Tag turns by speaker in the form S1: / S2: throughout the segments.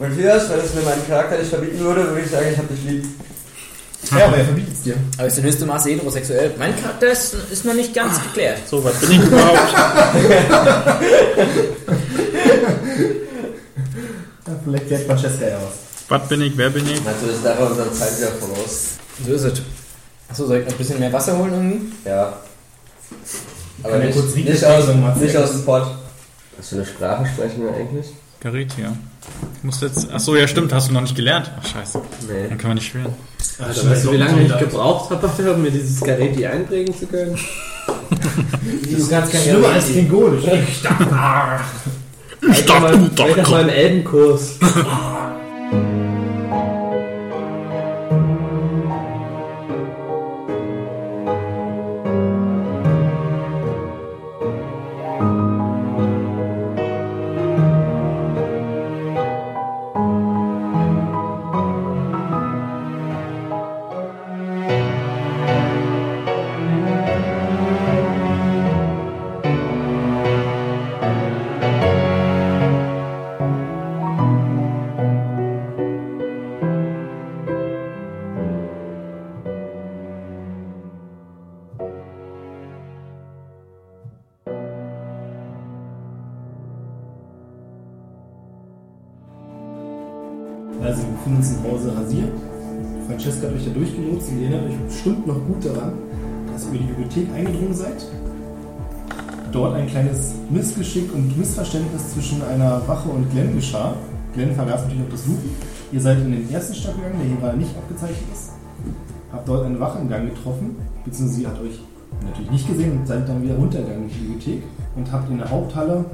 S1: Matthias, wenn es mir meinen Charakter nicht verbieten würde, würde ich sagen, ich hab dich lieb.
S2: Ja, aber er verbietet es dir.
S3: Aber ist in höchstem Maße heterosexuell. Mein Charakter ist, ist noch nicht ganz geklärt.
S4: So, was bin ich überhaupt?
S2: Ja, vielleicht klärt Francesca ja was.
S4: Was bin ich? Wer bin ich?
S1: Natürlich, da war unsere Zeit wieder voraus.
S3: So ist es. Achso, soll ich noch ein bisschen mehr Wasser holen irgendwie?
S1: Ja. Aber
S2: Kann ja
S1: nicht,
S2: kurz riechen,
S1: nicht, aus,
S2: wenn man-
S1: nicht aus dem Pott. Was für eine Sprache sprechen wir eigentlich?
S4: Gerät hier. Ich muss jetzt. Achso, ja, stimmt, hast du noch nicht gelernt. Ach, scheiße.
S1: Nee.
S4: Dann können wir nicht spielen.
S5: Alter, weißt du, wie lange ich gebraucht habe, um mir dieses Kareti einprägen zu können?
S3: Du kannst kein
S2: Schlimmer als Klingonisch.
S5: Ich dachte, du dachte. Ich meinem Elbenkurs.
S2: Also wir befinden uns im Hause rasiert. Francesca hat euch da durchgelotst und ihr erinnert euch bestimmt noch gut daran, dass ihr über die Bibliothek eingedrungen seid. Dort ein kleines Missgeschick und Missverständnis zwischen einer Wache und Glenn geschah. Glenn vergaß natürlich auf das Lupen. Ihr seid in den ersten Stock gegangen, der hier war nicht abgezeichnet ist. Habt dort eine Wache im Gang getroffen, beziehungsweise sie hat euch natürlich nicht gesehen und seid dann wieder runtergegangen in die Bibliothek und habt in der Haupthalle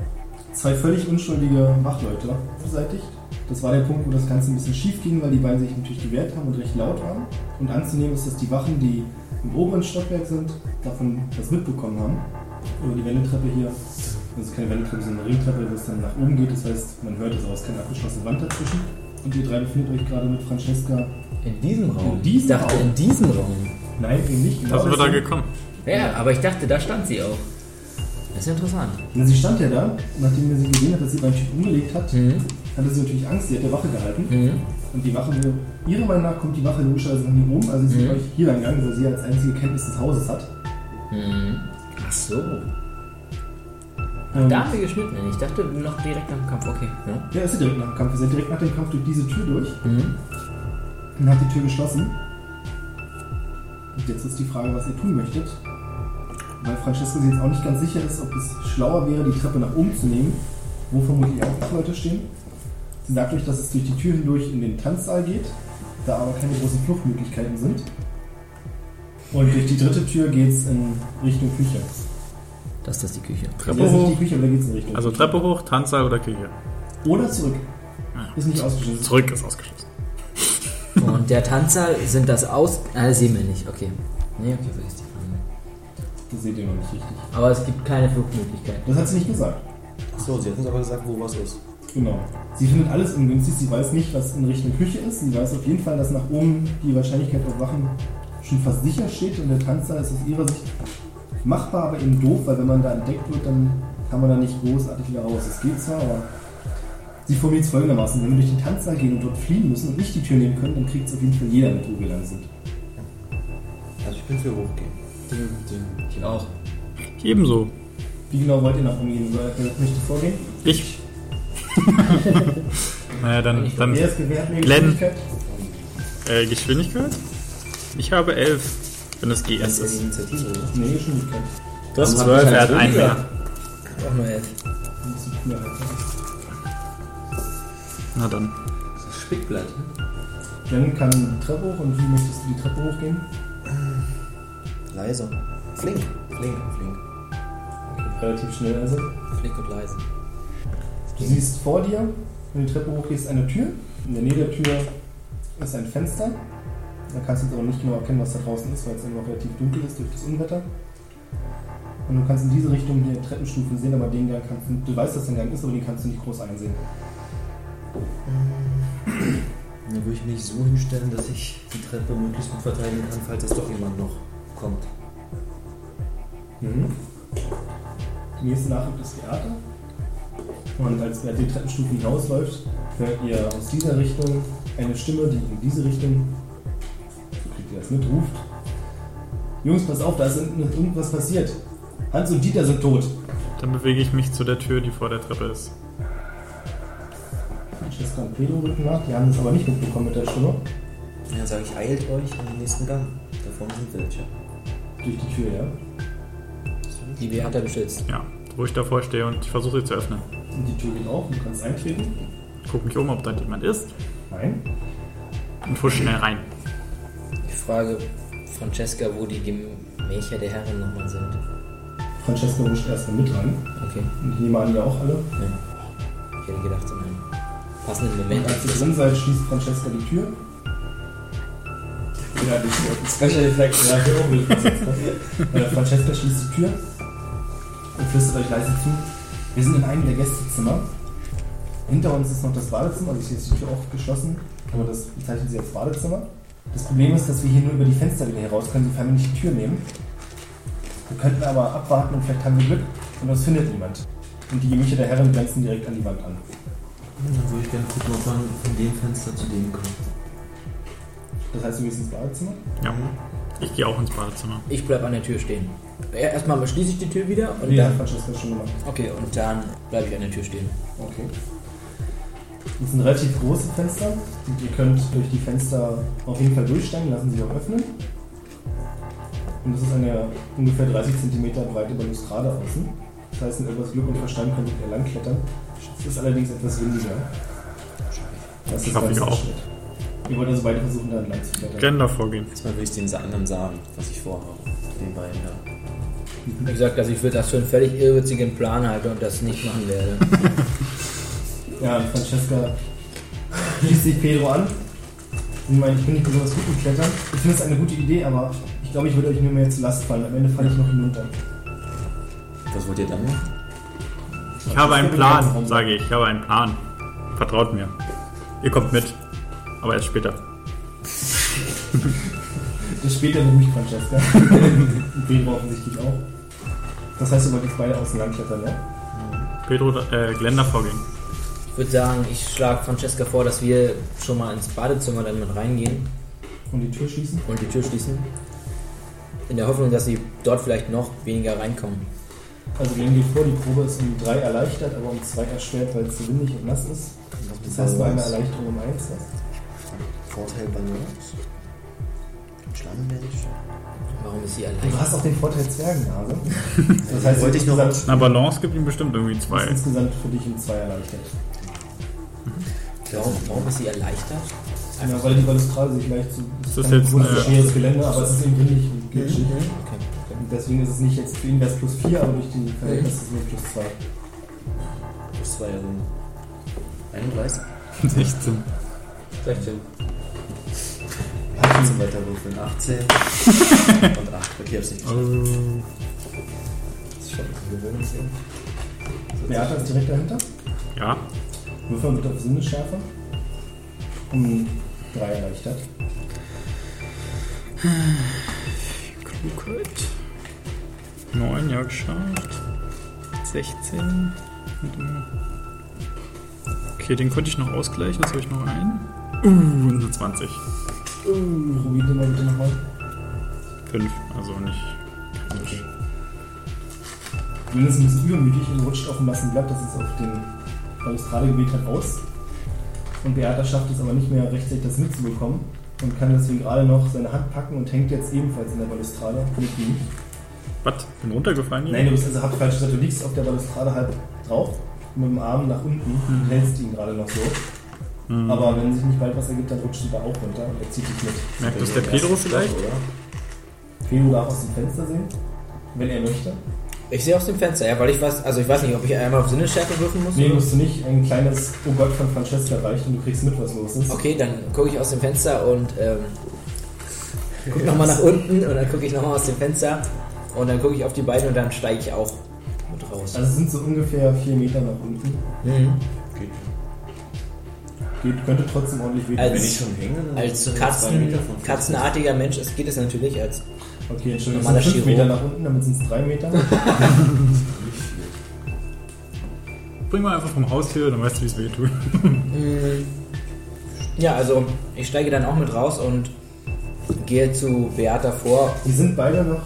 S2: zwei völlig unschuldige Wachleute beseitigt. Das war der Punkt, wo das Ganze ein bisschen schief ging, weil die beiden sich natürlich gewehrt haben und recht laut waren. Und anzunehmen ist, dass die Wachen, die im oberen Stockwerk sind, davon was mitbekommen haben. Über die Wendeltreppe hier, das ist keine Wendeltreppe, sondern eine Ringtreppe, das dann nach oben geht. Das heißt, man hört es aus, keine abgeschlossene Wand dazwischen. Und ihr drei befindet euch gerade mit Francesca.
S3: In diesem Raum.
S2: In diesem
S3: ich dachte,
S2: Raum.
S3: in diesem Raum.
S2: Nein, eben nicht.
S4: Da
S2: Genau
S4: sind wir da
S2: deswegen-
S4: gekommen.
S3: Ja, aber ich dachte, da stand sie auch. Das ist interessant.
S2: Na, sie stand ja da, nachdem ihr sie gesehen hat, dass sie beim Typ umgelegt hat,
S3: Mhm,
S2: hatte sie natürlich Angst, sie hat der Wache gehalten. Und die Wache, will- ihrer Meinung nach, kommt die Wache logischerweise von hier oben, also sie ist euch hier lang gegangen, wo sie als einzige Kenntnis des Hauses hat.
S3: mhm. Ach so.
S2: Ähm,
S3: Da haben wir geschnitten. Ich dachte noch direkt nach dem Kampf. Okay. Ja.
S2: Ja, ist sie direkt nach dem Kampf. Ihr seid direkt nach dem Kampf durch diese Tür durch
S3: Mhm.
S2: und habt die Tür geschlossen. Und jetzt ist die Frage, was ihr tun möchtet. Weil Francesca sich jetzt auch nicht ganz sicher ist, ob es schlauer wäre, die Treppe nach oben zu nehmen, wo vermutlich auch Wachleute stehen. Sie sagt euch, dass es durch die Tür hindurch in den Tanzsaal geht, da aber keine großen Fluchtmöglichkeiten sind. Und durch die dritte Tür geht es in Richtung Küche.
S3: Das ist das die Küche.
S2: Also
S4: Treppe
S2: ist nicht
S4: hoch.
S2: die Küche, aber da geht es in Richtung.
S4: Also Treppe hoch, Tanzsaal oder Küche.
S2: Oder zurück. Ist nicht ausgeschlossen.
S4: Zurück ist ausgeschlossen.
S3: Und der Tanzer sind das aus. Ah, das sehen wir nicht. Okay. Nee, okay, vergiss die Frage.
S2: Das seht ihr noch nicht richtig.
S3: Aber es gibt keine Fluchtmöglichkeit.
S2: Das hat sie nicht gesagt.
S6: So, sie hat uns aber gesagt, wo was ist.
S2: Genau. Sie findet alles ungünstig. Sie weiß nicht, was in Richtung Küche ist. Sie weiß auf jeden Fall, dass nach oben die Wahrscheinlichkeit auf Wachen schon fast sicher steht. Und der Tanzsaal ist aus ihrer Sicht machbar, aber eben doof, weil wenn man da entdeckt wird, dann kann man da nicht großartig wieder raus. Das geht zwar, aber sie formuliert es folgendermaßen. Wenn wir durch den Tanzsaal gehen und dort fliehen müssen und nicht die Tür nehmen können, dann kriegt es auf jeden Fall jeder mit, wo wir lang sind.
S6: Also ich bin für hochgehen.
S3: Ich auch.
S4: Ebenso.
S2: Wie genau wollt ihr nach oben gehen? Soll ich möchte vorgehen?
S4: Ich. naja, dann, dann
S2: Wer ist gewährt? Mehr
S4: Glenn.
S2: Geschwindigkeit?
S4: äh, Geschwindigkeit. Ich habe 11, wenn es GS
S6: Das ist
S4: ist.
S6: die Initiative, oder?
S2: Nee, Geschwindigkeit.
S4: Du hast
S6: Warum
S4: 12,
S6: hab ich
S4: er hat
S6: keine
S4: einen
S6: weniger?
S4: mehr.
S3: Auch nur elf.
S2: Ein bisschen cooler halt.
S4: Na dann.
S6: Das ist Spickblatt.
S5: ne?
S2: Glenn kann die Treppe hoch und wie möchtest du die Treppe hochgehen?
S6: Leise. Flink. Flink. Flink.
S2: Relativ schnell also.
S6: Flink und leise.
S2: Du siehst vor dir, wenn du die Treppe hochgehst, eine Tür. In der Nähe der Tür ist ein Fenster. Da kannst du jetzt aber nicht genau erkennen, was da draußen ist, weil es immer noch relativ dunkel ist durch das Unwetter. Und du kannst in diese Richtung hier Treppenstufen sehen, aber den Gang kannst du, du weißt, dass der Gang ist, aber den kannst du nicht groß einsehen.
S6: Ähm, Dann würde ich mich so hinstellen, dass ich die Treppe möglichst gut verteidigen kann, falls es doch jemand noch kommt.
S2: Mhm. Die nächste Nachricht ist Theater. Und als er die Treppenstufen hinausläuft, hört ihr aus dieser Richtung eine Stimme, die in diese Richtung, so kriegt ihr das mit, ruft. Jungs, pass auf, da ist hinten irgendwas passiert. Hans und Dieter sind tot.
S4: Dann bewege ich mich zu der Tür, die vor der Treppe ist.
S2: Francesca und Pedro rücken nach, die haben das aber nicht mitbekommen mit der Stimme.
S6: Dann sage ich, eilt euch in den nächsten Gang. Da vorne sind welche.
S2: Durch die Tür, ja.
S3: Die Wehr hat er beschützt.
S4: Ja, wo ich davor stehe und ich versuche sie zu öffnen.
S2: Und die Tür geht auf, du kannst eintreten.
S4: Ich gucke mich um, ob da jemand ist
S2: Nein.
S4: und fuhr schnell rein.
S3: Ich frage Francesca, wo die Gemächer der Herren nochmal sind.
S2: Francesca rutscht erstmal mit rein.
S3: Okay,
S2: Und ich nehme an, ihr auch alle.
S3: ich hätte gedacht, in einem passenden Moment.
S2: Und als ihr drin seid, schließt Francesca die Tür. Ja, das ist ein Special Effekt. Ja, hier oben ist Francesca. äh, Francesca schließt die Tür und flüstert euch leise zu. Wir sind in einem der Gästezimmer. Hinter uns ist noch das Badezimmer, also hier ist die Tür auch geschlossen, aber das bezeichnen sie als Badezimmer. Das Problem ist, dass wir hier nur über die Fenster wieder heraus können, sofern wir nicht die Tür nehmen. Wir könnten aber abwarten und vielleicht haben wir Glück und uns findet niemand. Und die Gemächer der Herren grenzen direkt an die Wand an.
S6: Dann würde ich gerne gucken, ob man von dem Fenster zu dem kommt.
S2: Das heißt, du gehst ins Badezimmer?
S4: Ja. Ich gehe auch ins Badezimmer.
S3: Ich bleibe an der Tür stehen. Ja, Erstmal schließe ich die Tür wieder und
S2: Nee, hat
S3: dann.
S2: Francesca schon gemacht.
S3: Okay, und dann bleibe ich an der Tür stehen.
S2: Okay. Das sind relativ große Fenster. Und ihr könnt durch die Fenster auf jeden Fall durchsteigen, lassen sich auch öffnen. Und das ist eine ungefähr 30 cm breite Balustrade außen. Das heißt, mit etwas Glück und Verstand könntet ihr lang klettern. Es ist allerdings etwas windiger. Das
S4: Ich hoffe,
S2: ganz
S4: ihr auch. Genau.
S2: schlecht. Ihr wollt also beide versuchen, da entlang zu klettern.
S4: Glenn davor gehen.
S5: Erstmal will ich den anderen sagen, was ich vorhabe. Den beiden da.
S6: Mhm.
S3: Ich sage, dass ich für das für einen völlig irrwitzigen Plan halte und das nicht machen werde.
S2: Ja, und Francesca schließt sich Pedro an. Ich meine, ich bin nicht besonders gut im Klettern. Ich finde es eine gute Idee, aber ich glaube, ich würde euch nur mehr zur Last fallen. Am Ende falle ich noch hinunter.
S5: Was wollt ihr dann machen?
S4: Ich habe einen Plan, sage ich. Ich habe einen Plan. Vertraut mir. Ihr kommt mit. Aber erst später.
S2: Das später beruhigt Francesca. Und Pedro offensichtlich auch. Das heißt, ihr wollt jetzt beide außen lang klettern, ja?
S4: Pedro, äh, Glenn davor gehen.
S3: Ich würde sagen, ich schlage Francesca vor, dass wir schon mal ins Badezimmer dann mit reingehen
S2: Und die Tür schließen?
S3: und die Tür schließen. In der Hoffnung, dass sie dort vielleicht noch weniger reinkommen.
S2: Also gehen geht vor, die Probe ist um drei erleichtert, aber um zwei erschwert, weil es zu windig und nass ist. Das heißt, bei einer Erleichterung um eins. ja?
S6: Vorteil bei Nerds? Schlangenmensch?
S3: Warum ist sie
S2: Du
S3: allein?
S2: hast auch den Vorteil Zwergennase. Das heißt,
S6: Wollte ich noch-
S2: insgesamt-
S4: Na, Balance gibt ihm bestimmt irgendwie
S2: Das ist
S4: zwei.
S2: insgesamt für dich um zwei erleichtert.
S3: Warum, warum ist sie erleichtert?
S2: Ja, Genau, weil die Balustrade sich leicht zu.
S4: Ist
S2: es
S4: das
S2: kein
S4: jetzt Mhm.
S2: großes,
S4: eine-
S2: schweres Gelände, aber es ist eben windig und glitschig.
S3: Okay.
S2: Und deswegen ist es nicht jetzt für ihn das plus 4, aber durch die Verhältnisse ist es nur plus 2.
S5: Plus zwei, also 31.
S2: Ah,
S4: 16.
S5: 16.
S6: 18 weiter würfeln. 18 und 8. Okay, hab's nicht geschafft.
S4: Oh.
S6: Das ist schon ein Gewöhnungsding.
S2: Beata ist direkt dahinter.
S4: Ja.
S2: Würfel mit auf Sinnesschärfe. Um 3 erleichtert.
S4: Klugheit. 9, ja, geschafft. 16. Und, äh, Okay, den konnte ich noch ausgleichen. Jetzt habe ich noch einen. Uh, und eine 20.
S6: Uh.
S2: Probier den mal bitte nochmal.
S4: 5, also nicht kritisch.
S2: Lynn ist ein bisschen übermütig und rutscht auf dem nassen Blatt, das ist auf dem Balustradegebiet heraus. Und Beata schafft es aber nicht mehr rechtzeitig, das mitzubekommen und kann deswegen gerade noch seine Hand packen und hängt jetzt ebenfalls in der Balustrade mit ihm.
S4: Was? Bin runtergefallen? hier?
S2: Nein, du bist also hab falsch gesagt, du liegst auf der Balustrade halb drauf, mit dem Arm nach unten und hältst ihn gerade noch so.
S4: Hm.
S2: Aber wenn sich nicht bald was ergibt, dann rutscht du da auch runter und er zieht dich mit.
S4: Merkt das der Pedro vielleicht?
S2: Feo darf aus dem Fenster sehen, wenn er möchte.
S3: Ich sehe aus dem Fenster, ja, weil ich weiß, also ich weiß nicht, ob ich einmal auf Sinnesstärke würfen muss.
S2: Nee, musst du nicht. Ein kleines Oh Gott von Francesca reicht und du kriegst mit, was los ist.
S3: Okay, dann gucke ich aus dem Fenster und ähm, gucke nochmal nach unten und dann gucke ich nochmal aus dem Fenster und dann gucke ich auf die beiden und dann steige ich auch mit raus.
S2: Also es sind so ungefähr vier Meter nach unten.
S3: Mhm.
S2: Geht, könnte trotzdem ordentlich wehtun.
S3: Als-
S5: Wenn ich schon hänge, dann
S3: Als
S5: sind das zwei
S3: Katzen,
S5: Meter von Fuß.
S3: katzenartiger Mensch es geht es natürlich als.
S2: okay, Entschuldigung, es
S3: Normaler
S2: sind fünf
S3: Chirurg.
S2: Meter nach unten, damit sind es drei Meter.
S4: bring mal einfach vom Haus hier, dann weißt du, wie es weh tut.
S3: Mm, Ja, also ich steige dann auch mit raus und gehe zu Beata vor.
S2: Die sind beide noch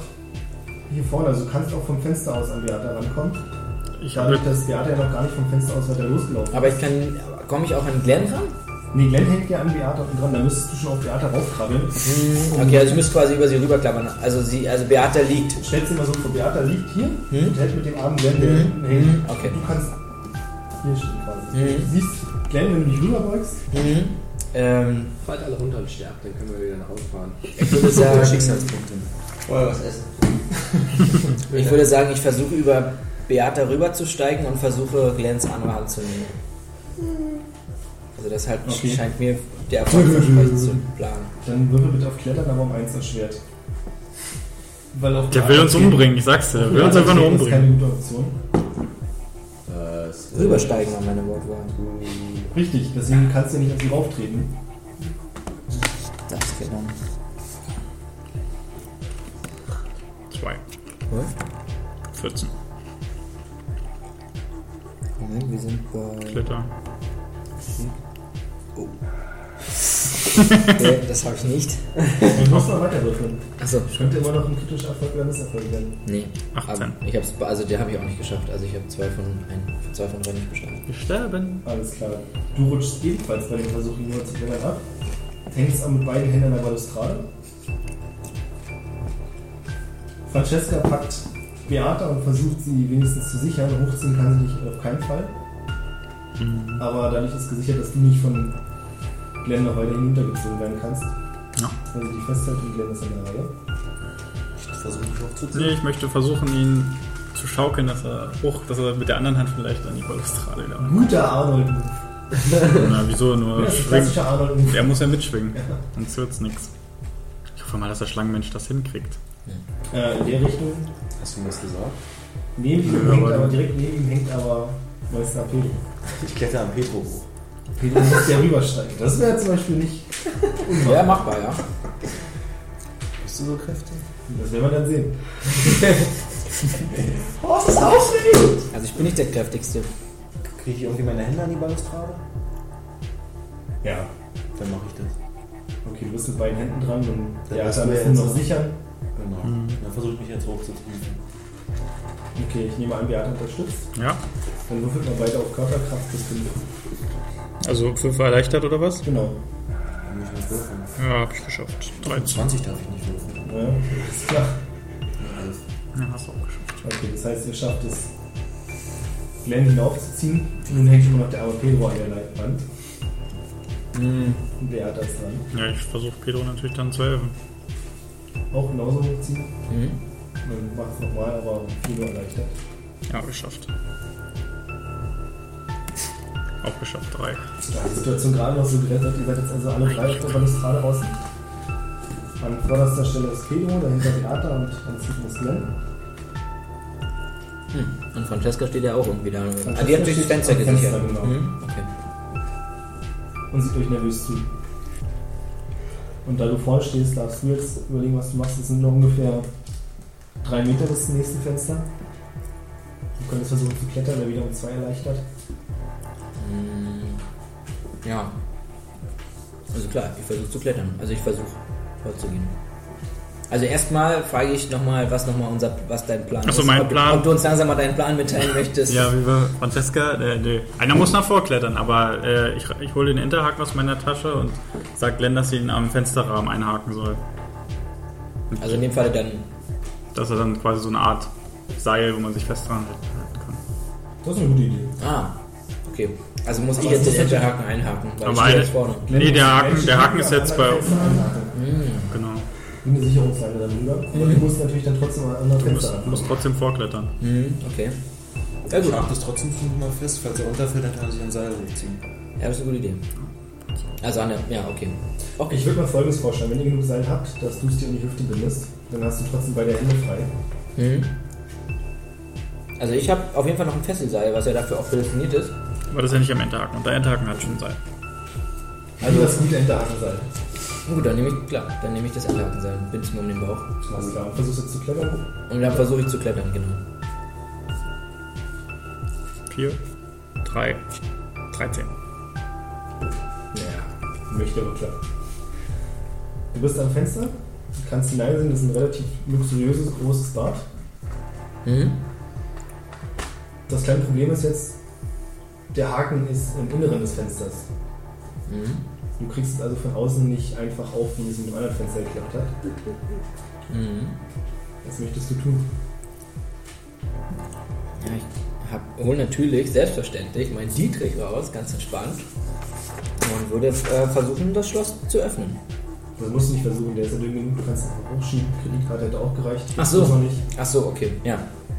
S2: hier vorne, also du kannst auch vom Fenster aus an Beata rankommen.
S4: Ich
S2: Dadurch,
S4: habe
S2: dass Beata ja noch gar nicht vom Fenster aus weiter losgelaufen ist.
S3: Aber ich kann. Komme ich auch an Glenn ran?
S2: Nee, Glenn hängt ja an Beata unten dran, da müsstest du schon auf Beata raufkrabbeln.
S3: Okay, also ich müsste quasi über sie rüberklammern. Also sie, also Beata liegt.
S2: Stellst dir mal so vor, Beata liegt hier
S3: Hm?
S2: und hält mit dem Arm Glenn, der hinten hängt.
S3: Mhm, okay.
S2: Du kannst hier stehen quasi.
S3: Mhm.
S2: Du siehst Glenn, wenn du dich rüberbeugst,
S3: Mhm. Ähm,
S5: Fallt alle runter und sterbt, dann können wir wieder nach Hause fahren.
S3: ich würde sagen,
S6: Schicksalspunkte.
S1: Vorher was essen.
S3: ich würde sagen, ich versuche über Beata rüberzusteigen und versuche Glens andere Hand zu nehmen. Also das halt
S2: Okay.
S3: scheint mir der Erfolg versprechend zu planen.
S2: dann würfel bitte auf Klettern, aber um eins das Schwert. Weil auf
S4: Der will uns umbringen, ich sag's dir. Der will uns einfach nur
S2: Das ist keine
S4: umbringen.
S2: gute Option.
S5: Äh, es-
S3: Rübersteigen war meine Wortwahl.
S2: Richtig, deswegen kannst du nicht auf sie rauftreten.
S3: Das ist genau.
S4: Zwei.
S3: Was?
S4: 14.
S3: Moment, wir sind bei.
S4: Kletter.
S3: Okay, das habe ich nicht.
S2: Du musst noch weiter würfeln.
S3: Achso,
S2: Das könnte immer noch ein kritischer Erfolg oder Misserfolg werden.
S3: nee.
S4: 18.
S3: Aber Ich hab's, also den habe ich auch nicht geschafft. Also ich habe zwei von ein, zwei von drei nicht geschafft.
S4: Wir sterben.
S2: Alles klar. Du rutschst ebenfalls bei dem Versuch, ihn nur zu klettern ab. Hängst aber mit beiden Händen an der Balustrade. Francesca packt Beata und versucht sie wenigstens zu sichern. Hochziehen kann sie dich auf keinen Fall.
S4: Mhm.
S2: Aber dadurch ist gesichert, dass du nicht von Glenn noch weiter hinuntergezogen werden kannst.
S4: Ja.
S2: Weil sie dich festhält und Glenn ist an der Reihe.
S6: Ich versuche mich
S4: Nee,
S6: hochzuziehen.
S4: ich möchte versuchen, ihn zu schaukeln, dass er hoch, dass er mit der anderen Hand vielleicht an die Balustrade wieder
S2: Guter Arnold-Move.
S4: Na, wieso nur
S2: Das ist ein
S4: schwingen?
S2: klassischer Arnold-Move.
S4: Er muss ja mitschwingen, sonst wird's nix. Ich hoffe mal, dass der Schlangenmensch das hinkriegt.
S2: Äh, in der Richtung.
S5: Hast du mir das gesagt?
S2: Neben ihm
S4: Ja,
S2: hängt
S4: aber-
S2: aber, direkt neben ihm hängt aber Meister Pedro.
S6: Ich kletter am Petro hoch.
S2: Pedro muss ja rübersteigen. Das wäre zum Beispiel nicht.
S3: Ja, machbar, ja.
S6: Bist du so kräftig?
S2: Das werden wir dann sehen.
S3: Also ich bin nicht der kräftigste.
S6: Kriege ich irgendwie meine Hände an die Balustrade?
S2: Ja.
S6: Dann mache ich das.
S2: Okay, du bist mit beiden Händen dran und
S6: Dann
S2: der
S6: bist
S2: andere
S6: du
S2: müssen
S6: jetzt-
S2: noch sichern.
S6: Genau. Dann versuche ich mich jetzt hochzuziehen.
S2: Okay, ich nehme an, Beate unterstützt.
S4: Ja?
S2: Dann würfelt man beide auf Körperkraft bis fünf.
S4: Also fünf erleichtert oder was?
S2: Genau.
S6: Dann muss ich mal würfeln.
S4: Ja, hab ich geschafft. 13.
S6: 20 darf ich nicht würfeln.
S2: Ja, ist klar.
S6: Alles.
S4: Ja, hast du auch geschafft.
S2: Okay, das heißt, ihr schafft es, Glenn hinaufzuziehen. Nun hängt immer noch der arme Pedro an der Leitwand. Und Beate ist dran.
S4: Ja, ich versuche Pedro natürlich dann zu helfen.
S2: Auch genauso hochziehen.
S3: Mhm.
S2: Man macht es nochmal, aber viel nur erleichtert.
S4: Ja, geschafft. Auch geschafft, drei.
S2: Da hat die Situation gerade noch so gerettet. Ihr seid jetzt also alle drei auf der Balustrade raus. An vorderster Stelle ist Pedro, dahinter Beata und am Süden ist
S3: Ah,
S2: Glenn.
S3: Hm. Und Francesca steht ja auch irgendwie da. Ah, die
S2: Francesca
S3: hat durch das
S2: steht
S3: Fenster
S2: am Fenster,
S3: gesichert.
S2: genau.
S3: Mhm. Okay.
S2: und sieht euch nervös zu. Und da du vorne stehst, darfst du jetzt überlegen, was du machst. Es sind noch ungefähr drei Meter bis zum nächsten Fenster. Du könntest versuchen zu klettern, der wieder um zwei erleichtert.
S3: Mm, Ja. Also klar, ich versuche zu klettern. Also ich versuche vorzugehen. Also erstmal frage ich nochmal, was nochmal unser, was dein Plan
S4: Ach so,
S3: ist.
S4: mein
S3: ob,
S4: Plan.
S3: Ob du uns langsam mal deinen Plan mitteilen möchtest.
S4: Ja, wie wir Francesca, äh, nee. Einer muss nach vorklettern, aber äh, ich, ich hole den Enterhaken aus meiner Tasche und sag Glenn, dass sie ihn am Fensterrahmen einhaken soll.
S3: Also in dem Falle dann.
S4: Dass er dann quasi so eine Art Seil, wo man sich fest dran halten kann.
S2: Das ist eine gute Idee.
S3: Ah, okay. Also muss ich
S2: Aber
S3: jetzt
S2: das
S3: den
S2: ist ja-
S3: Enterhaken einhaken, weil
S4: Aber
S3: ich stehe
S4: eine-
S3: jetzt vorne.
S4: Nee, der Haken- der Haken ist jetzt bei-
S2: Wie
S3: Mm,
S4: Genau.
S2: eine Sicherungsleine darüber. Und du musst natürlich dann trotzdem an andere
S4: Du musst,
S2: Fenster
S4: du musst trotzdem vorklettern.
S3: Mhm, okay. Ja gut,
S6: Ich halte das trotzdem fünfmal fest. Falls er unterfällt, dann kann er sich am Seil hochziehen.
S3: ja, das ist eine gute Idee. Also Anne, ja, okay. Okay.
S2: Ich würde mal folgendes vorschlagen: Wenn ihr genug Seil habt, dass du es dir um die Hüfte bindest, dann hast du trotzdem beide Hände frei.
S3: Mhm. Also ich habe auf jeden Fall noch ein Fesselseil, was ja dafür auch prädestiniert ist.
S4: Aber das ist ja nicht am Enterhaken. Und der Enterhaken hat schon ein Seil.
S2: Also das gute Enterhaken Seil.
S3: Na Gut, dann nehme ich, klar, dann nehme ich das Enterhakenseil, bin es mir um den Bauch.
S2: Alles klar. Und versuchst jetzt zu klettern.
S3: Und dann versuche ich zu klettern, genau.
S4: Vier. 3. 13.
S3: Ja, möchte aber klar.
S2: Du bist am Fenster, du kannst hineinsehen, das ist ein relativ luxuriöses, großes Bad.
S3: Mhm.
S2: Das kleine Problem ist jetzt, der Haken ist im Inneren des Fensters.
S3: Mhm.
S2: Du kriegst es also von außen nicht einfach auf, wie es mit dem anderen Fenster geklappt hat.
S3: Mhm.
S2: Was möchtest du tun?
S3: Ja, ich hab, hol natürlich selbstverständlich meinen Dietrich raus, ganz entspannt. Und würde äh, versuchen, das Schloss zu öffnen.
S2: Das musst du nicht versuchen, der ist ja dünn genug, du kannst es einfach hochschieben. Kreditkarte hätte auch gereicht.
S3: Ach so.
S2: Muss noch nicht.
S3: Ach so, okay, ja.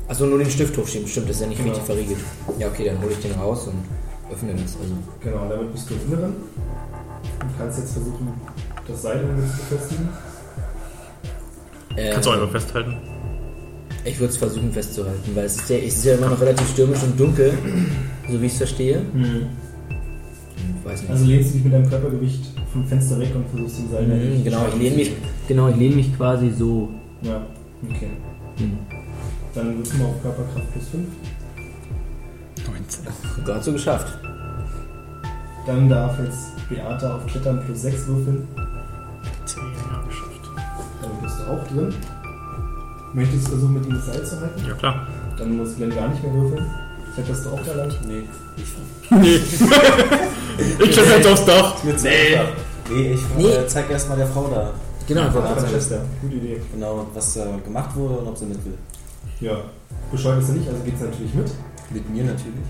S3: Achso, nur den Stift hochschieben, stimmt, das ist ja nicht
S2: Genau.
S3: richtig verriegelt. Ja, okay, dann hole ich den raus und öffne das. Also,
S2: Genau, und damit bist du im Inneren. Du kannst jetzt versuchen, das Seil irgendwie zu befestigen.
S3: äh,
S4: Kannst du auch einfach festhalten.
S3: Ich würde es versuchen festzuhalten, weil es ist, ja, es ist ja immer noch relativ stürmisch und dunkel, so wie ich es verstehe. Mhm. Ich weiß nicht.
S2: Also lehnst du dich mit deinem Körpergewicht vom Fenster weg und versuchst den Seil
S3: Mhm, genau, ich lehne mich, genau, ich lehne mich quasi so.
S2: Ja, okay.
S3: Mhm.
S2: Dann würfeln wir auf Körperkraft plus 5.
S4: 19.
S3: Gerade so geschafft.
S2: Dann darf jetzt Beata auf Klettern plus 6 würfeln.
S4: 10, ja, geschafft.
S2: Dann bist du auch drin. Möchtest du versuchen, mit ihm das Seil zu halten?
S4: Ja, klar.
S2: Dann muss Glenn gar nicht mehr würfeln. Kletterst du auch da lang?
S6: Nee, ich
S4: Nee. ich kletter jetzt aufs Dach.
S6: mir zu
S4: Nee.
S6: einfach. Nee, ich
S3: Nee.
S6: Äh, zeig erst mal der Frau da,
S3: Genau, ich wollte gerade sagen.
S2: Francesca. Gute Idee.
S6: genau, was äh, gemacht wurde und ob sie mit will.
S2: Ja. Bescheuert ist er nicht, also geht's natürlich mit.
S6: Mit mir natürlich.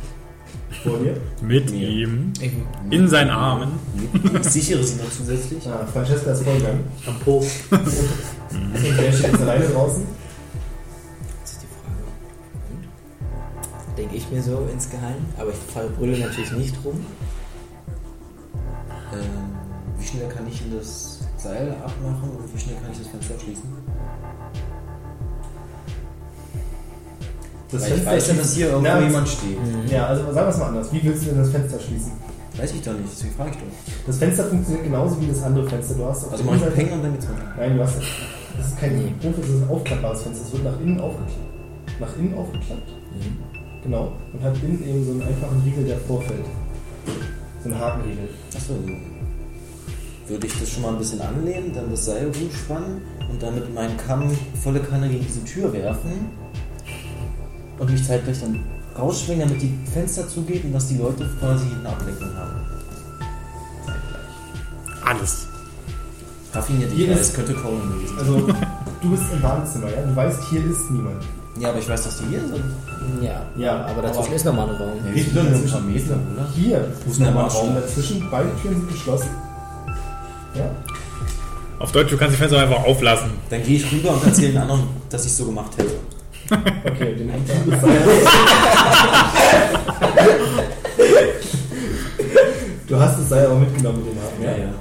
S2: Vor dir.
S4: Mit
S6: Nee.
S4: ihm.
S3: Ich,
S4: In seinen Armen.
S6: Nee, Ich sichere sie noch zusätzlich.
S2: Ah, Francesca ist vorgegangen. Am Po. Und der steht jetzt alleine draußen.
S3: das ist die Frage. Und? Denke ich mir so insgeheim, aber ich brülle natürlich nicht rum.
S6: Ähm, wie schnell kann ich denn das Seil abmachen und wie schnell kann ich das Fenster schließen?
S2: Das
S6: Weil ich weiß ja, dass hier irgendwo
S2: Na,
S6: jemand steht.
S2: Ja, also sagen wir es mal anders. Wie willst du denn das Fenster schließen?
S6: Weiß ich doch nicht, deswegen frage ich doch.
S2: Das Fenster funktioniert genauso wie das andere Fenster. Du hast auf
S6: Also
S2: der
S6: mach ich
S2: Innenseite-
S6: Peng und dann geht's runter.
S2: Nein, du hast das ist kein Hof, das ist ein aufklappbares Fenster. Es wird nach innen aufgeklappt. Nach innen aufgeklappt?
S6: Mhm.
S2: Genau. Und hat innen eben so einen einfachen Riegel, der vorfällt. So einen Hakenriegel.
S6: Achso. Würde ich das schon mal ein bisschen anlehnen, dann das Seil rumspannen und dann mit meinem Kamm volle Kanne gegen diese Tür werfen und mich zeitgleich dann rausschwingen, damit die Fenster zugehen und dass die Leute quasi eine Ablenkung haben.
S4: Alles.
S6: Raffiniert, ich
S2: Hier
S6: weiß,
S2: ist-
S6: könnte Conan gewesen sein.
S2: Also, du bist im Badezimmer, ja? Du weißt, hier ist niemand.
S6: Ja, aber ich weiß, dass die hier sind.
S3: Ja,
S2: Ja,
S3: aber dazwischen ist nochmal ein Raum.
S6: Wir sind nur ein paar Meter, oder?
S2: Hier
S6: Wo ist
S2: ist
S6: denn
S2: nochmal
S6: der
S2: ein
S6: Marschall?
S2: Raum dazwischen. Beide Türen sind geschlossen. Ja?
S4: Auf Deutsch, du kannst die Fenster einfach auflassen.
S6: Dann gehe ich rüber und erzähle den anderen, dass ich so gemacht hätte.
S2: Okay, den Eingang des Seils. Du hast das Seil aber mitgenommen, den Haken, ja?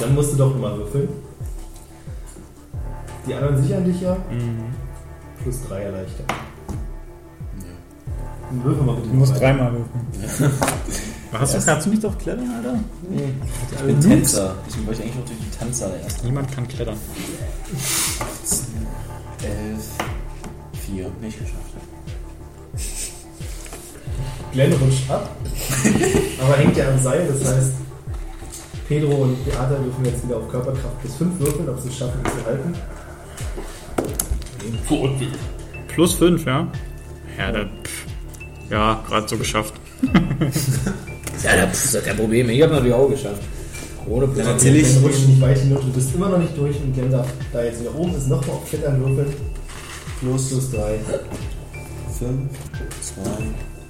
S2: Dann musst du doch mal würfeln. Die anderen sichern dich ja.
S4: Mhm.
S2: Plus 3 erleichtert. Dann würfel mal bitte.
S4: Du musst
S2: mal.
S4: dreimal würfeln. Hast du, kannst du nicht doch klettern, Alter?
S6: Nee. Ich bin Tänzer. Deswegen wollte ich eigentlich noch durch die Tänzer erst.
S4: Niemand kann klettern.
S6: Elf. Vier. Nicht geschafft.
S2: Glenn rutscht ab, aber hängt ja am Seil. Das heißt, Pedro und Beata dürfen jetzt wieder auf Körperkraft plus 5 würfeln, ob sie es schaffen, ihn zu halten.
S4: Plus 5, ja? Ja, da, pff. ja gerade so geschafft.
S3: Ja, das ist ja kein Problem. Ich habe natürlich auch geschafft. Ohne Plan.
S6: Natürlich.
S2: Glenn rutscht nicht weit hinunter, du bist immer noch nicht durch und Glenn darf da jetzt wieder oben ist, nochmal auf Klettern würfeln. Plus plus 3.
S6: Fünf. Zwei.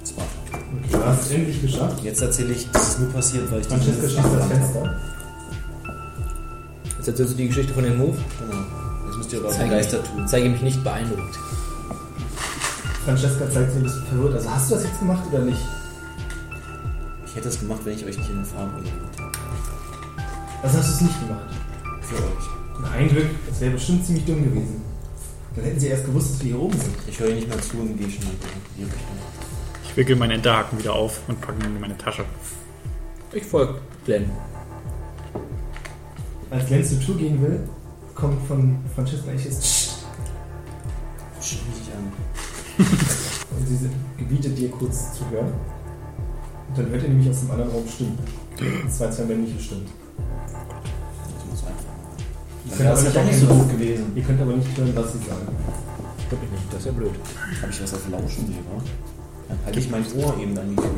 S6: Zwei.
S2: Du hast es endlich geschafft.
S6: Jetzt erzähle ich, das ist nur passiert, weil ich
S2: Francesca schließt das Fenster.
S3: Jetzt erzählst du die Geschichte von dem Move.
S6: Genau. Jetzt müsst ihr aber
S3: Zeige
S6: Geister
S3: mich,
S6: tun.
S3: zeige mich nicht beeindruckt.
S2: Francesca zeigt so ein bisschen verwirrt. Also hast du das jetzt gemacht oder nicht?
S6: Ich hätte das gemacht, wenn ich euch nicht in den Farm bringen würde.
S2: Also hast du es nicht gemacht.
S6: Für euch.
S2: Nein, Glück. Das wäre bestimmt ziemlich dumm gewesen. Dann hätten sie erst gewusst, dass wir hier oben sind.
S6: Ich höre nicht mal zu und gehe schon mal hier Richtung.
S4: Ich wickel meinen Enterhaken wieder auf und packe ihn in meine Tasche.
S3: Ich folge Glenn.
S2: Als Glenn zur Tour gehen will, kommt von Francesca ein echtes Tsch.
S6: Schau mich an.
S2: und sie gebietet dir kurz zu hören. Dann hört ihr nämlich aus dem anderen Raum Stimmen. Und zwar zwei männliche Stimmen.
S6: Das muss einfach.
S2: Ihr
S6: Dann
S2: könnt,
S6: wäre
S2: aber
S6: es
S2: nicht
S6: doch nicht so doof
S2: hören, was,
S6: gewesen.
S2: ihr könnt aber nicht hören, was sie sagen.
S3: Glaub ich nicht, das ist ja blöd.
S6: Habe ich was auf Lauschengeber? Dann halte ich mein Ohr eben an die Tür.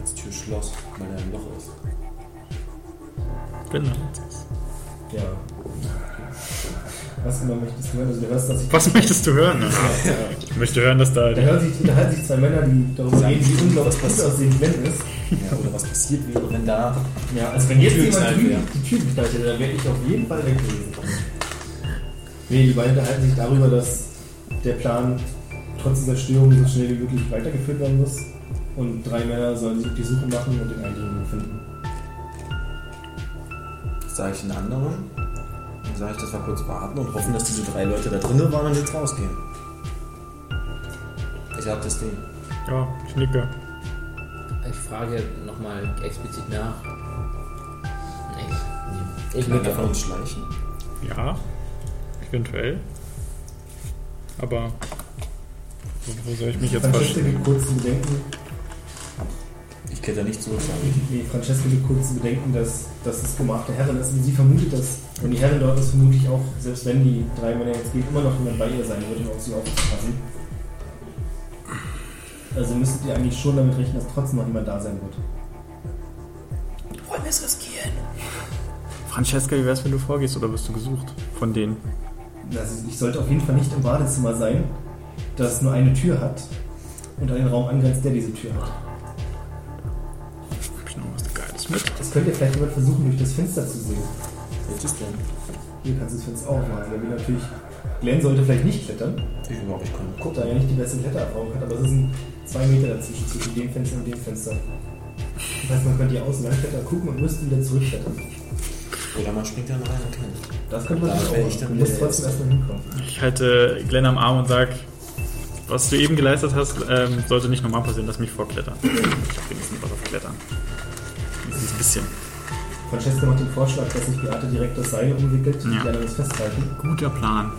S6: Das Türschloss, weil da ein Loch ist.
S4: Wenn dann jetzt was.
S2: Ja. Was genau möchtest du hören? Also, du hörst, dass ich.
S4: Was möchtest du hören? ne? Ich möchte hören, dass da.
S2: Da hören sich, unterhalten sich zwei Männer, die darüber
S6: Sagen,
S2: reden, wie unglaublich
S6: was-
S2: gut aussehend Ben ist.
S6: Ja, oder was passiert wäre, wenn da.
S2: Ja, also wenn jetzt
S6: Tür
S2: jemand
S6: knallt,
S2: drüben
S6: ja.
S2: die Tür geknallt hätte, dann wäre ich auf jeden Fall weg gewesen. Nee, die beiden unterhalten sich darüber, dass der Plan trotz dieser Störung so schnell wie möglich weitergeführt werden muss. Und drei Männer sollen sich auf die Suche machen und den Eindringling finden.
S6: Sage ich den anderen. Dann sage ich, dass wir kurz warten und hoffen, dass diese drei Leute da drinnen waren und jetzt rausgehen. Ich sag das denen.
S4: Ja, ich nicke.
S3: Ich frage nochmal explizit nach. Ich, ich
S6: Ich will
S3: nicke
S6: davon
S3: auch.
S6: uns schleichen.
S4: Ja, eventuell. Aber. Wo, wo soll ich mich jetzt
S2: Francesca
S4: verstehen?
S2: gibt kurz zu bedenken,
S6: Ich kenne da nicht zurück, sage ich.
S2: nee, Francesca gibt kurz zu bedenken, dass, dass das Gemach der Herren ist. Und sie vermutet, dass, wenn die Herren dort ist, vermutlich auch, selbst wenn die drei Männer jetzt gehen, immer noch jemand bei ihr sein wird, um auf sie aufzupassen. Also müsstet ihr eigentlich schon damit rechnen, dass trotzdem noch jemand da sein wird.
S3: Wollen wir es riskieren?
S4: Francesca, wie wär's, wenn du vorgehst oder bist du gesucht? Von denen.
S2: Also ich sollte auf jeden Fall nicht im Badezimmer sein, das nur eine Tür hat und einen Raum angrenzt, der diese Tür hat.
S4: Hab ich noch was Geiles mit?
S2: Das könnt ihr vielleicht jemand versuchen, durch das Fenster zu sehen.
S6: Welches denn?
S2: Hier kannst du das Fenster auch machen. Weil wir natürlich. Glenn sollte vielleicht nicht klettern,
S6: Ich glaube, ich kann.
S2: da er nicht die beste Klettererfahrung hat, aber es sind zwei Meter dazwischen, zwischen dem Fenster und dem Fenster. Das heißt, man könnte hier außen langklettern gucken und müsste wieder zurückklettern.
S6: Oder man springt dann rein und kennt.
S2: Das könnte man
S6: Da
S2: natürlich auch
S6: wär
S2: machen.
S6: ich dann
S2: Du musst
S6: der
S2: trotzdem
S6: Erste.
S2: erstmal hinkommen.
S4: Ich halte äh, Glenn am Arm und sag, was du eben geleistet hast, ähm, sollte nicht nochmal passieren, lass mich vorklettern. Ich hab wenigstens was auf Klettern. Wenigstens ein bisschen.
S2: Francesca macht den Vorschlag, dass sich Beate direkt das Seil umwickelt und
S4: Ja.
S2: die anderen das festhalten.
S4: Guter Plan.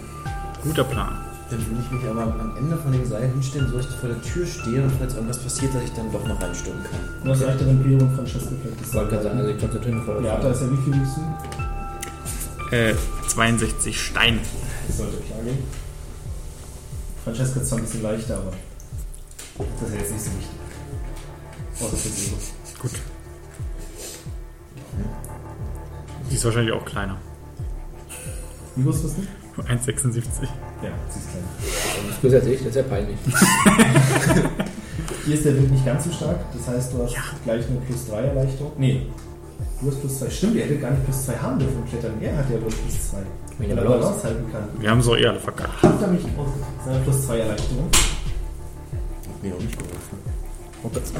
S4: Guter Plan.
S6: Dann will ich mich aber am Ende von dem Seil hinstellen, so dass ich vor der Tür stehe und falls irgendwas passiert, dass ich dann doch noch reinstürmen kann.
S2: Und das reicht dann Imperium Francesca vielleicht das
S3: Ich wollte gerade sagen, also ich konzentriere mich voll
S2: Ja, da ist ja wie viel müssen?
S4: Äh, 62 Stein.
S2: Das sollte klar gehen. Francesca ist zwar ein bisschen leichter, aber das ist ja jetzt nicht so wichtig. Oh, das ist Ego.
S4: Gut. Die ist wahrscheinlich auch kleiner.
S2: Ego ist was nicht?
S4: 1,76.
S2: Ja, sie ist klein.
S3: Das ist ja das ist ja peinlich.
S2: Hier ist der Wind nicht ganz so stark, das heißt, du hast gleich eine plus 3 Erleichterung. Nee, du hast plus 2. Stimmt, er hätte gar nicht plus 2 haben dürfen im Klettern. Er hat ja bloß plus 2.
S3: Wenn
S2: Wenn
S3: er
S2: er
S3: Balance-
S2: Balance halten kann.
S4: Wir haben so eh alle verkackt.
S2: Habt er mich auf seine plus 2 Erleichterung?
S6: Hat mir auch nicht geholfen.
S4: Warte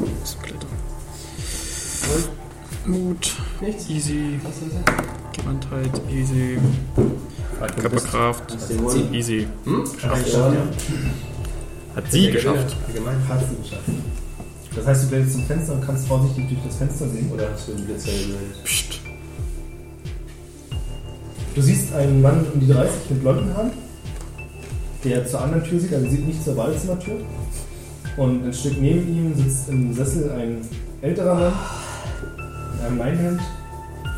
S4: mal, ich muss klettern. Mut.
S5: Nichts?
S4: Easy.
S5: Was soll das?
S4: Gewandtheit. Easy. Körperkraft.
S5: Kannst du den holen?
S4: Easy.
S2: Hat er geschafft, ja.
S4: Hat sie
S5: Der Gewinner.
S4: geschafft.
S5: Wie gemein.
S2: Hat sie geschafft. Das heißt, du bleibst zum Fenster und kannst vorsichtig durch das Fenster sehen.
S5: Oder hast du einen Blitzer gemeldet?
S4: Psst.
S2: Du siehst einen Mann um die 30 mit blonden Haaren, der zur anderen Tür sieht, also sieht nicht zur Badezimmertür. Und ein Stück neben ihm sitzt im Sessel ein älterer Mann in einem Leinhemd,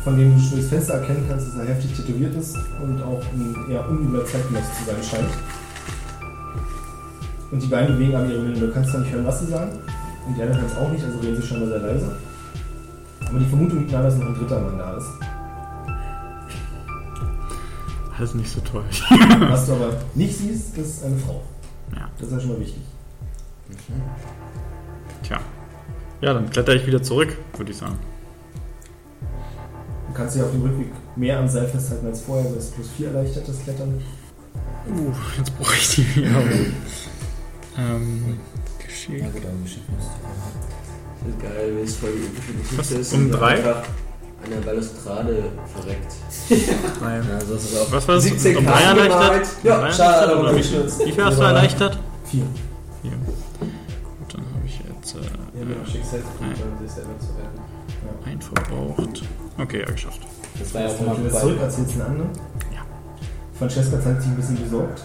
S2: von dem du schon durchs Fenster erkennen kannst, dass er heftig tätowiert ist und auch ein eher unübler Zeitgenosse zu sein scheint. Und die beiden bewegen an ihre Lippen. Du kannst zwar nicht hören, was sie sagen, und die anderen können es auch nicht, also reden sie schon mal sehr leise. Aber die Vermutung liegt nahe, dass noch ein dritter Mann da ist.
S4: Alles nicht so toll.
S2: Was du aber nicht siehst, ist eine Frau.
S4: Ja.
S2: Das ist ja schon mal wichtig.
S4: Tja. Ja, dann kletter ich wieder zurück, würde ich sagen.
S2: Du kannst dich auf dem Rückweg mehr am Seil festhalten als vorher, weil es plus 4 erleichtert das Klettern.
S4: Uh, jetzt brauche ich die wieder. ähm, geschickt.
S6: Ja gut, aber geschickt musst
S5: Das ist geil, wenn es voll üblich
S4: Was?
S5: ist.
S4: Um
S5: und
S4: drei?
S5: einfach An der Balustrade verreckt.
S4: Nein.
S3: Ja, so ist es auch.
S4: Was war das?
S5: 17
S4: Um
S5: Karten
S4: drei erleichtert?
S5: gemalt.
S4: Um
S5: Ja,
S4: drei erleichtert
S5: schade, aber
S4: oder wie
S5: gut
S4: viel-
S5: Schutz.
S4: Wie viel hast du
S2: Ja.
S4: erleichtert?
S2: 4.
S4: Hier. Gut, dann habe ich jetzt
S5: Ja, mit dem
S4: äh,
S5: Schicksalspunkt, um sich selber zu werden.
S4: äh, einen verbraucht. Okay, ja, geschafft.
S3: Das war ja auch
S2: Du
S3: immer
S2: bist zurück, erzählst den anderen.
S4: Ja.
S2: Francesca zeigt sich ein bisschen besorgt.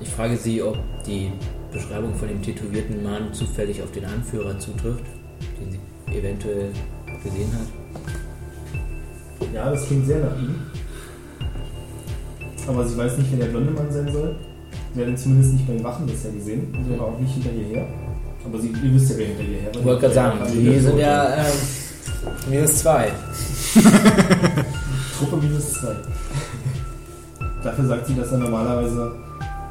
S3: Ich frage sie, ob die Beschreibung von dem tätowierten Mann zufällig auf den Anführer zutrifft, den sie eventuell gesehen hat.
S2: Ja, das klingt sehr nach ihm. Aber sie weiß nicht, wer der blonde Mann sein soll. Sie hat ihn zumindest nicht bei den Wachen bisher gesehen. Sie war auch nicht hinter ihr her. Aber sie, ihr wisst ja, wer hinter ihr her war.
S3: Ich wollte gerade sagen,
S2: Kann sie
S3: die
S2: das
S3: sind
S2: beurteilen.
S3: ja äh, minus zwei.
S2: Truppe minus zwei. Dafür sagt sie, dass er normalerweise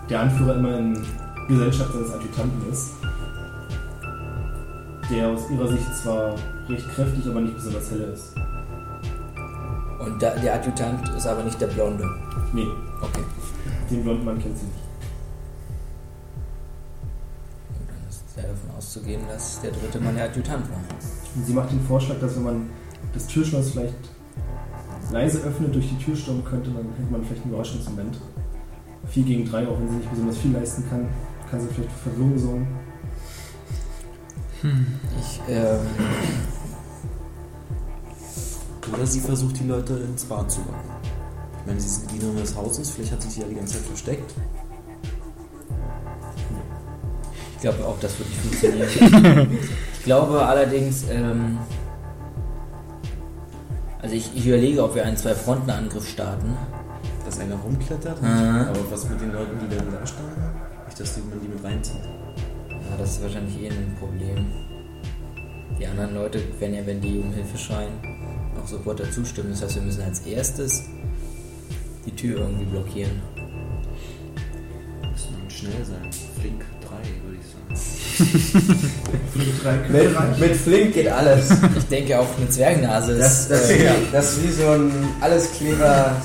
S2: der Anführer immer in Gesellschaft seines Adjutanten ist. Der aus ihrer Sicht zwar recht kräftig, aber nicht besonders helle ist.
S3: Und da, der Adjutant ist aber nicht der Blonde.
S2: Nee,
S3: Okay.
S2: den blonden Mann kennt sie nicht.
S3: Und dann ist ja davon auszugehen, dass der dritte Mann der Adjutant war.
S2: Und sie macht den Vorschlag, dass wenn man das Türschloss vielleicht leise öffnet, durch die Tür stürmen könnte, dann hätte man vielleicht ein Geräuschinstrument. 4 gegen 3, auch wenn sie nicht besonders viel leisten kann, kann sie vielleicht für Verwirrung sorgen.
S3: Ich, ähm,
S6: Oder sie versucht, die Leute ins Bad zu locken. Ich meine, sie sind Dienerin des Hauses, vielleicht hat sie sich ja die ganze Zeit versteckt.
S3: Ich glaube auch, das wird nicht funktionieren. ich glaube allerdings, ähm, also ich, ich überlege, ob wir einen Zwei-Fronten-Angriff starten.
S6: Dass einer rumklettert.
S3: Mhm.
S6: Aber was mit den Leuten, die da drin standen? Nicht, dass die- man die mit reinzieht.
S3: Ja, das ist wahrscheinlich eh ein Problem. Die anderen Leute, wenn ja, wenn die um Hilfe schreien, auch sofort dazu stimmen. Das heißt, wir müssen als erstes die Tür irgendwie blockieren.
S6: Müssen dann schnell sein. Flink 3, würde ich sagen.
S1: Mit, mit Flink geht alles.
S3: Ich denke auch eine Zwergnase
S1: Das,
S3: ist.
S1: das,
S3: äh,
S1: das ist wie so ein Alleskleber.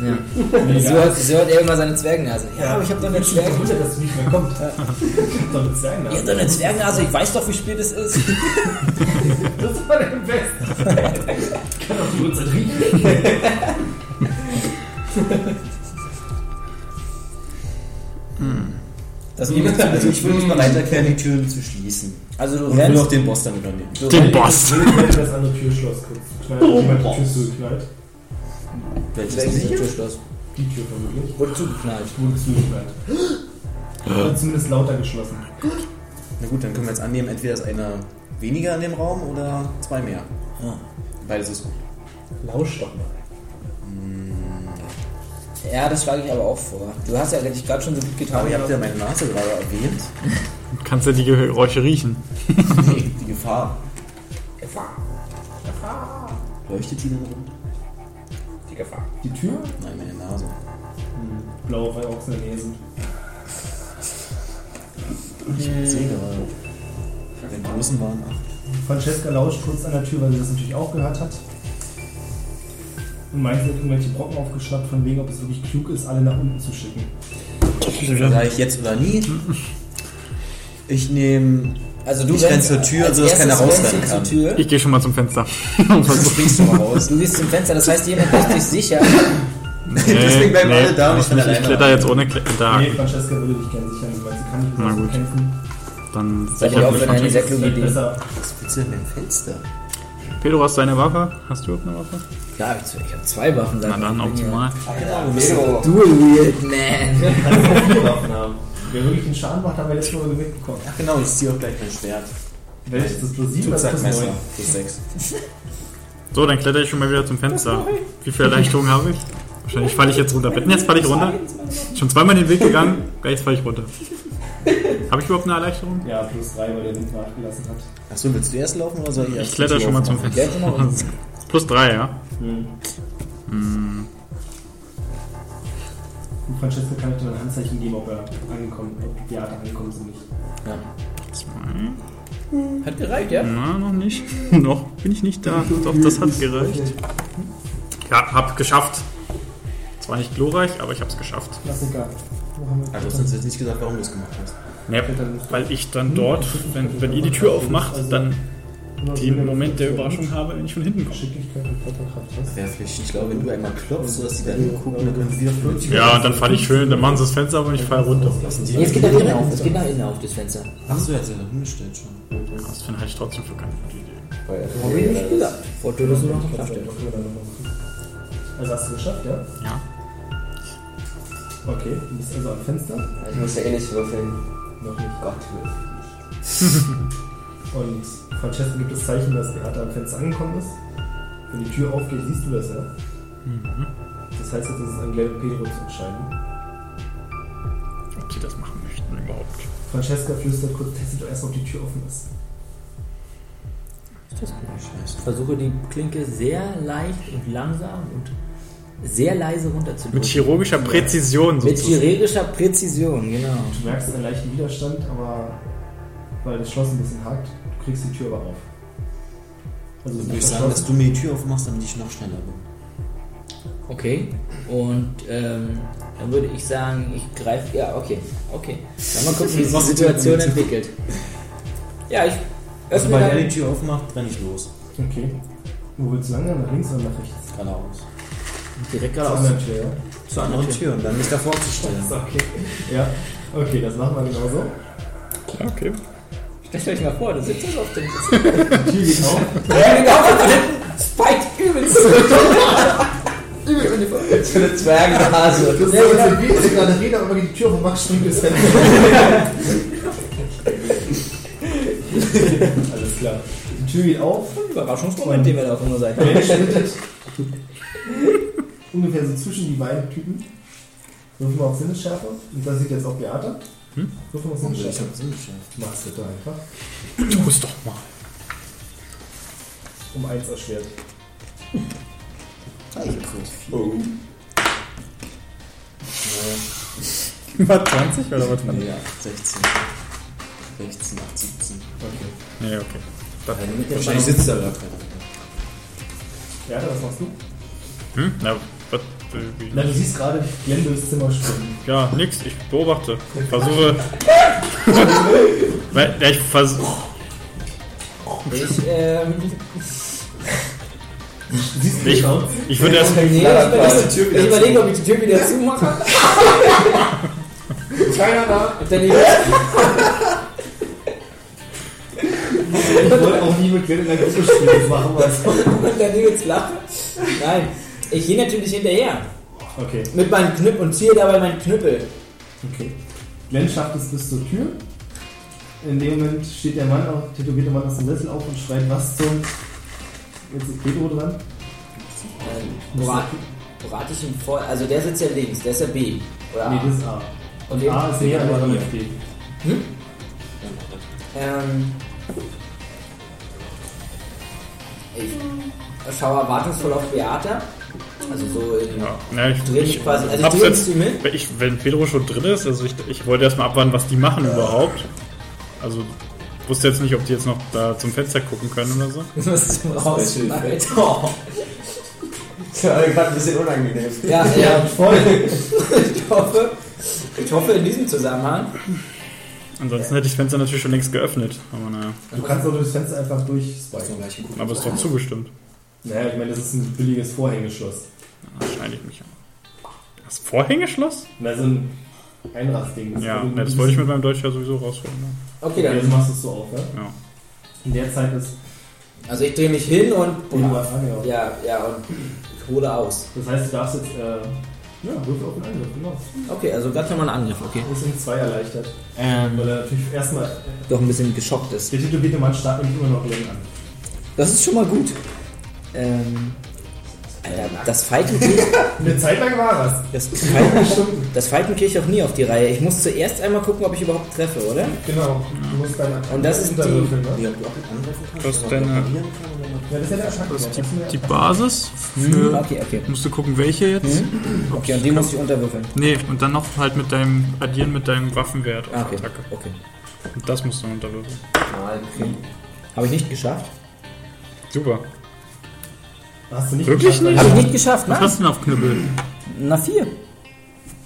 S3: ja. so, hat, so hat er immer seine Zwergnase. Ja, aber ich habe doch eine Zwergnase.
S2: Wunder, dass sie nicht mehr kommt. Damit sein
S3: Ich hab doch eine Zwergnase, ich weiß doch, wie spät es ist.
S2: Das war der Beste. Ich kann auch die Uhrzeit riechen.
S3: Das gebe ich zu. Also ich würde mich bereit erklären.
S6: die Türen zu schließen.
S3: Also du
S6: Und will auch
S3: rennst.
S6: den Boss dann übernehmen.
S3: Du
S4: Den
S3: rennst
S4: Boss.
S2: Das andere Türschloss kurz knallt. Oh, jemand die Tür zugeknallt.
S3: welches ist das Türschloss?
S2: Die Tür vermutlich.
S3: Wurde zugeknallt.
S2: Wurde zugeknallt. Oder zumindest lauter geschlossen.
S6: Na gut, dann können wir jetzt annehmen, entweder ist einer weniger in dem Raum oder zwei mehr.
S3: Ja.
S6: Beides ist gut.
S2: Lausch doch mal.
S3: Ja, das schlage ich aber auch vor. Du hast ja eigentlich gerade schon so gut getan.
S6: Aber ihr habt ja meine Nase gerade erwähnt.
S4: Kannst ja die Geräusche riechen.
S6: Die Gefahr. Leuchtet die denn rum?
S3: die Gefahr.
S2: Die Tür?
S6: Nein, meine Nase.
S2: Blaue, weil auch in der Nähe sind.
S6: Ich sehe gerade. Wenn die Russen waren, ach,
S2: Francesca lauscht kurz an der Tür, weil sie das natürlich auch gehört hat. Und meint, sie hat irgendwelche Brocken aufgeschnappt, von wegen, ob es wirklich klug ist, alle nach unten zu schicken.
S6: sage ich jetzt oder nie. Ich nehme.
S3: Also du
S6: Ich renn
S3: rennst
S6: zur Tür,
S3: als
S6: sodass
S3: erstes
S6: keiner raus
S3: rennst du
S6: rennen kann.
S3: Zur Tür.
S4: Ich gehe schon mal zum Fenster.
S6: Du springst schon mal raus.
S3: Du gehst zum Fenster, das heißt, jemand ist sich sicher.
S6: Deswegen bleiben alle da, ich
S4: ich,
S6: bin
S4: ich,
S6: alleine.
S4: kletter jetzt ohne Kletter. Da,
S2: Nee, Francesca würde dich gerne sichern, weil sie kann nicht
S4: Na
S2: besonders
S4: gut.
S2: kämpfen.
S4: dann
S3: Seid ihr
S4: sicher
S3: auch
S4: mich
S3: für eine
S4: von
S3: sehr
S4: links.
S6: Genau.
S3: kluge
S2: Vielleicht
S3: Idee?
S2: besser.
S6: Was willst du denn mit dem Fenster?
S4: Pedro, hast du eine Waffe? Hast du überhaupt eine Waffe?
S3: Ja, ich, ich habe zwei Waffen.
S4: Na
S3: sag mal.
S4: dann optimal.
S1: Pedro.
S3: Dual Wield Man.
S2: Wer wirklich den Schaden macht, haben wir letztes Mal mitbekommen.
S6: Ach genau, ich ziehe auch gleich mein Schwert.
S2: Welches das plus 7 oder das plus 9?
S6: Messer. Plus 6.
S4: So, dann kletter ich schon mal wieder zum Fenster. Wie viel Erleichterung habe ich? Wahrscheinlich falle ich jetzt runter. Wetten, jetzt falle ich runter. Schon zweimal den Weg gegangen, jetzt falle ich runter. Habe ich überhaupt eine Erleichterung?
S2: Ja, plus 3, weil der Wind nachgelassen hat.
S6: Achso, willst du erst laufen oder soll ich erst?
S4: Ich kletter schon mal zum
S6: laufen?
S4: Fenster. Plus drei, ja?
S2: Und Francesca kann ich dir mal ein Handzeichen geben, ob er angekommen ob die Theater angekommen sind oder nicht.
S4: Zwei.
S3: Hat gereicht, ja?
S4: Na, noch nicht. noch bin ich nicht da. Doch, das hat gereicht. Ja, hab geschafft. Zwar nicht glorreich, aber ich hab's geschafft.
S2: Klassiker. Wo haben wir
S6: Also, du hast uns jetzt nicht gesagt, warum du es gemacht hast.
S4: Ja, weil ich dann dort, wenn, wenn ihr die Tür aufmacht, dann den Moment der Überraschung habe, wenn ich von hinten komme.
S2: Geschicklichkeit und Körperkraft hast.
S6: Wäre vielleicht, ich glaube, wenn du einmal klopfst, sodass die da hingucken, dann können sie wieder flutschen.
S4: Ja, und dann falle ich schön, dann machen sie das Fenster auf und ich falle runter.
S3: Nee, es geht nach innen auf. Es geht nach innen auf, das Fenster.
S6: Achso, er hat sich da hingestellt schon.
S4: Das finde ich trotzdem für keine gute Idee.
S3: Hab ich nicht gesagt. Vor Tür müssen wir noch
S2: Also
S3: klarstellen.
S2: hast du geschafft, ja?
S4: Ja.
S2: Okay, du bist also am Fenster.
S1: Ich muss ja eh nicht würfeln.
S6: Noch nicht. Gott hilf.
S2: Und Francesca gibt das Zeichen, dass Beata am Fenster angekommen ist. Wenn die Tür aufgeht, siehst du das ja.
S4: Mhm.
S2: Das heißt, jetzt ist es an Glenn und Pedro zu entscheiden.
S4: Ob sie das machen möchten überhaupt.
S2: Francesca flüstert kurz, testet doch erstmal, ob die Tür offen ist.
S3: Ich versuche die Klinke sehr leicht und langsam und sehr leise runterzudrücken.
S4: Mit chirurgischer Präzision
S3: Mit
S4: sozusagen.
S3: chirurgischer Präzision, genau.
S2: Du merkst einen leichten Widerstand, aber weil das Schloss ein bisschen hakt, du kriegst die Tür aber auf. Also es ist
S6: Dann würde ich
S2: nicht
S6: sagen, dass
S2: verschlossen.
S6: du mir die Tür aufmachst, damit ich noch schneller bin.
S3: Okay. Und ähm, dann würde ich sagen, ich greife. Ja, okay, okay. Dann mal gucken, wie sich die
S5: Machst du die Tür
S3: Situation
S5: mit?
S3: entwickelt. Ja, ich öffne
S6: Sobald er
S3: dann.
S6: die Also Tür aufmacht, renne ich los.
S2: Okay. Wo willst du lang? Nach links oder nach rechts?
S6: Geradeaus.
S3: Direkt
S2: Zur
S3: geradeaus.
S2: anderen Tür, ja?
S6: Zur anderen Tür und dann mich davor zu stellen.
S2: So, okay. Ja, okay, das machen wir genauso.
S4: Ja, okay.
S3: Stellt euch mal vor, du sitzt jetzt auf dem.
S2: Die Tür geht auf.
S3: Ja, genau, von hinten. Spike übelst.
S1: Für eine Zwergenhase.
S2: also, Das ist ja, unser Bild, wir gerade reden, aber die Tür aufmacht, springt das Fenster. Alles klar. Die Tür geht auf.
S3: Überraschungsmoment, den wir da auf unserer Seite haben.
S2: Glenn schrittet ungefähr so zwischen die beiden Typen. Wirf mal auf Sinnesschärfe. Und das sieht jetzt auch Beata.
S4: Hm?
S2: Wirf mal auf
S6: Also Ich
S2: Sinnesschärfe.
S6: hab's nicht geschafft.
S2: Mach's bitte einfach.
S4: Tu es doch mal.
S2: Um eins erschwert.
S6: Ah,
S2: Oh.
S4: War 20 oder was?
S6: Nee, ja, 16. 16, 8, 17.
S2: Okay.
S4: Nee, okay.
S6: Wahrscheinlich sitzt er da gerade.
S2: Beata, was machst du?
S4: Hm? Na, was? äh, wie-
S2: Na, du siehst gerade Glenn durchs Zimmer springen.
S4: Ja, nix. Ich beobachte. Versuche. Weil- ja, ich versuche.
S3: Ich, ähm,
S2: Du siehst
S4: Ich,
S2: Beata.
S4: ich würde erst.
S3: nee, ich
S6: die Tür
S3: überlege,
S6: wieder
S3: ich überlege, ob ich die Tür wieder zumache.
S2: Keiner da.
S3: Und dann die
S2: Ich wollte auch nie mit Glenn in der Gruppe spielen. Das machen wir so.
S3: Und dann jetzt lachen. Nein, ich gehe natürlich hinterher.
S2: Okay.
S3: Mit meinen Knüppel und ziehe dabei meinen Knüppel.
S2: Okay. Glenn schafft es bis zur Tür. In dem Moment steht der Mann, auch tätowierte Mann aus dem Sessel auf und schreit was zum. Jetzt ist Pedro dran.
S3: Ähm, brat, brat ich ihm vor. Also der sitzt ja links, der ist ja B. Oder A.
S2: Nee, das ist A.
S3: und den-
S2: A ist näher aber dran als B.
S3: Hm? Ähm. Ich schaue erwartungsvoll auf Beata. Also so in.
S4: Ja, na, ich,
S3: Dreh mich
S4: ich
S3: quasi- also ich
S4: hab's
S3: dreh
S4: jetzt,
S3: mich mit.
S4: wenn ich, wenn Pedro schon drin ist, also ich, ich wollte erstmal abwarten, was die machen überhaupt. Also wusste jetzt nicht, ob die jetzt noch da zum Fenster gucken können oder so.
S3: Was ist denn raus?
S6: Bild, Bild.
S3: Oh.
S1: Ja, gerade ein bisschen unangenehm.
S3: Ja, ja,
S2: Voll.
S3: ich hoffe. Ich hoffe in diesem Zusammenhang.
S4: Ansonsten hätte ich das Fenster natürlich schon längst geöffnet. Aber naja,
S2: Du kannst auch durch das Fenster einfach
S6: Hast du
S2: durchspiken.
S6: gleich geguckt?
S4: aber ist doch zugestimmt.
S2: Naja, ich meine, das ist ein billiges Vorhängeschloss.
S4: Da schneide ich mich an. Das Vorhängeschloss?
S2: Na, so ein Einrastding.
S4: Ja,
S2: ist-
S4: na, das wollte ich mit meinem Deutsch ja sowieso rausholen. Ne?
S3: Okay,
S2: Okay,
S3: dann.
S2: also machst du es so auf, ne?
S4: Ja.
S2: In der Zeit ist
S3: Also ich drehe mich hin und.
S2: Pedro dran, ja.
S3: Ja, ja, und ich hole aus.
S2: Das heißt, du darfst jetzt, äh, ja, wirf auf den Angriff, genau.
S3: Okay, also ganz normal ein Angriff, okay.
S2: Du bist um zwei erleichtert. Weil
S6: Äh,
S3: Ähm,
S2: er natürlich erstmal
S3: doch ein bisschen geschockt ist.
S2: Der tätowierte Mann starrt nämlich immer noch Glenn an.
S3: Das ist schon mal gut. Ähm, Alter, das Fighten kriege
S2: Eine Zeit lang war das.
S3: das Fighten, das Fighten krieg ich auch nie auf die Reihe. Ich muss zuerst einmal gucken, ob ich überhaupt treffe, oder?
S2: Genau. Du musst deine Attacke
S3: Und das ist die-
S2: unterwürfeln, ne?
S6: Wie, ob du auch mit angreifen kannst?
S4: Das
S6: oder
S4: deine-
S6: blockieren kann oder noch-
S2: Ja, das ist ja der ne? Attacke.
S4: Das ist
S2: ja.
S4: die,
S2: Das ist
S4: äh, die
S2: ja-
S4: Basis für.
S3: Okay, okay.
S4: Musst du gucken, welche jetzt?
S3: Hm?
S4: Ob
S3: Okay, und
S4: ich-
S3: die muss ich unterwürfeln.
S4: Nee, und dann noch halt mit deinem, addieren mit deinem Waffenwert auf
S3: Ah, okay.
S4: Attacke.
S3: okay.
S4: Und das musst du dann unterwürfeln.
S3: okay. Habe ich nicht geschafft?
S4: Super.
S2: Hast du nicht
S4: Wirklich
S2: geschafft,
S3: Habe ich nicht geschafft,
S4: Was
S3: ne?
S4: hast du denn auf Knüppel?
S3: Na, vier.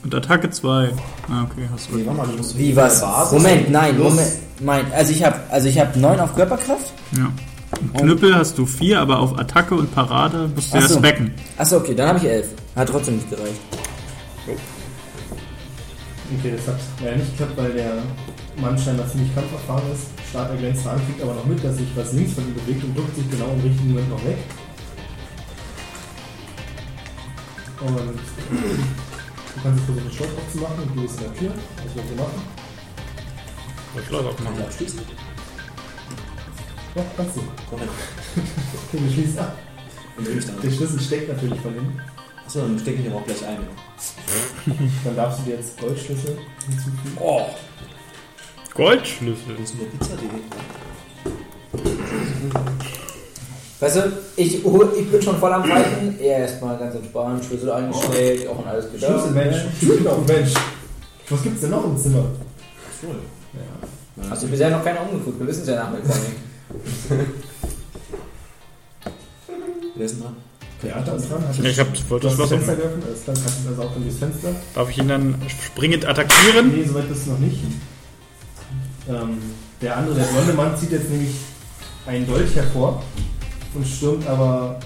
S4: Und Attacke 2. Ah, okay, hast du.
S6: Mama, du musst
S3: Wie was? Moment, nein, Moment. Mein, also ich habe also ich hab neun auf Körperkraft.
S4: Ja. Und Knüppel hast du 4, aber auf Attacke und Parade musst du
S3: Ach
S4: erst
S3: so.
S4: wecken.
S3: Achso, okay, dann habe ich elf. Hat trotzdem nicht gereicht.
S2: Okay, das hat leider nicht geklappt, weil der Mann scheinbar ziemlich kampferfahren ist. Starrt er Glenn zwar an, kriegt aber noch mit, dass sich was links von ihm bewegt und duckt sich genau im richtigen Moment noch weg. Und du kannst jetzt versuchen, den Schloss aufzumachen und du bist in der Tür. Was willst du machen?
S4: Das Schloss
S6: Kann
S4: aufmachen.
S6: ich abschließen?
S2: Ja, kannst du.
S6: Komm mit.
S2: Okay, wir schließen ab.
S6: Dann nehme ich dann.
S2: Der Schlüssel steckt natürlich von innen.
S6: Achso, dann stecke ich den auch gleich ein.
S2: Dann darfst du dir jetzt Goldschlüssel hinzufügen.
S3: Oh,
S4: Goldschlüssel.
S6: Das ist nur Pizza.de.
S3: Weißt du, ich, hol- ich bin schon voll am Falten. Erstmal ganz entspannt, Schlüssel eingestellt, auch und alles
S2: Schlüssel,
S3: gedacht.
S2: Mensch. Schlüssel auf Mensch. Was gibt's denn noch im Zimmer?
S6: Cool.
S2: Ja.
S3: Hast du bisher noch keiner umgeguckt, wir wissen es ja nachher gar nicht.
S6: Wer ist denn dran?
S2: Theater ist dran. Hat
S4: Ich hab,
S2: du
S4: wollte das
S2: hast das
S4: Schloss
S2: Fenster
S4: aufmachen.
S2: geöffnet. Alles klar, kannst du also auch dann durchs Fenster.
S4: Darf ich ihn dann springend attackieren?
S2: Nee, soweit bist du noch nicht. Ähm, der andere, der blonde Mann, zieht jetzt nämlich einen Dolch hervor und stürmt aber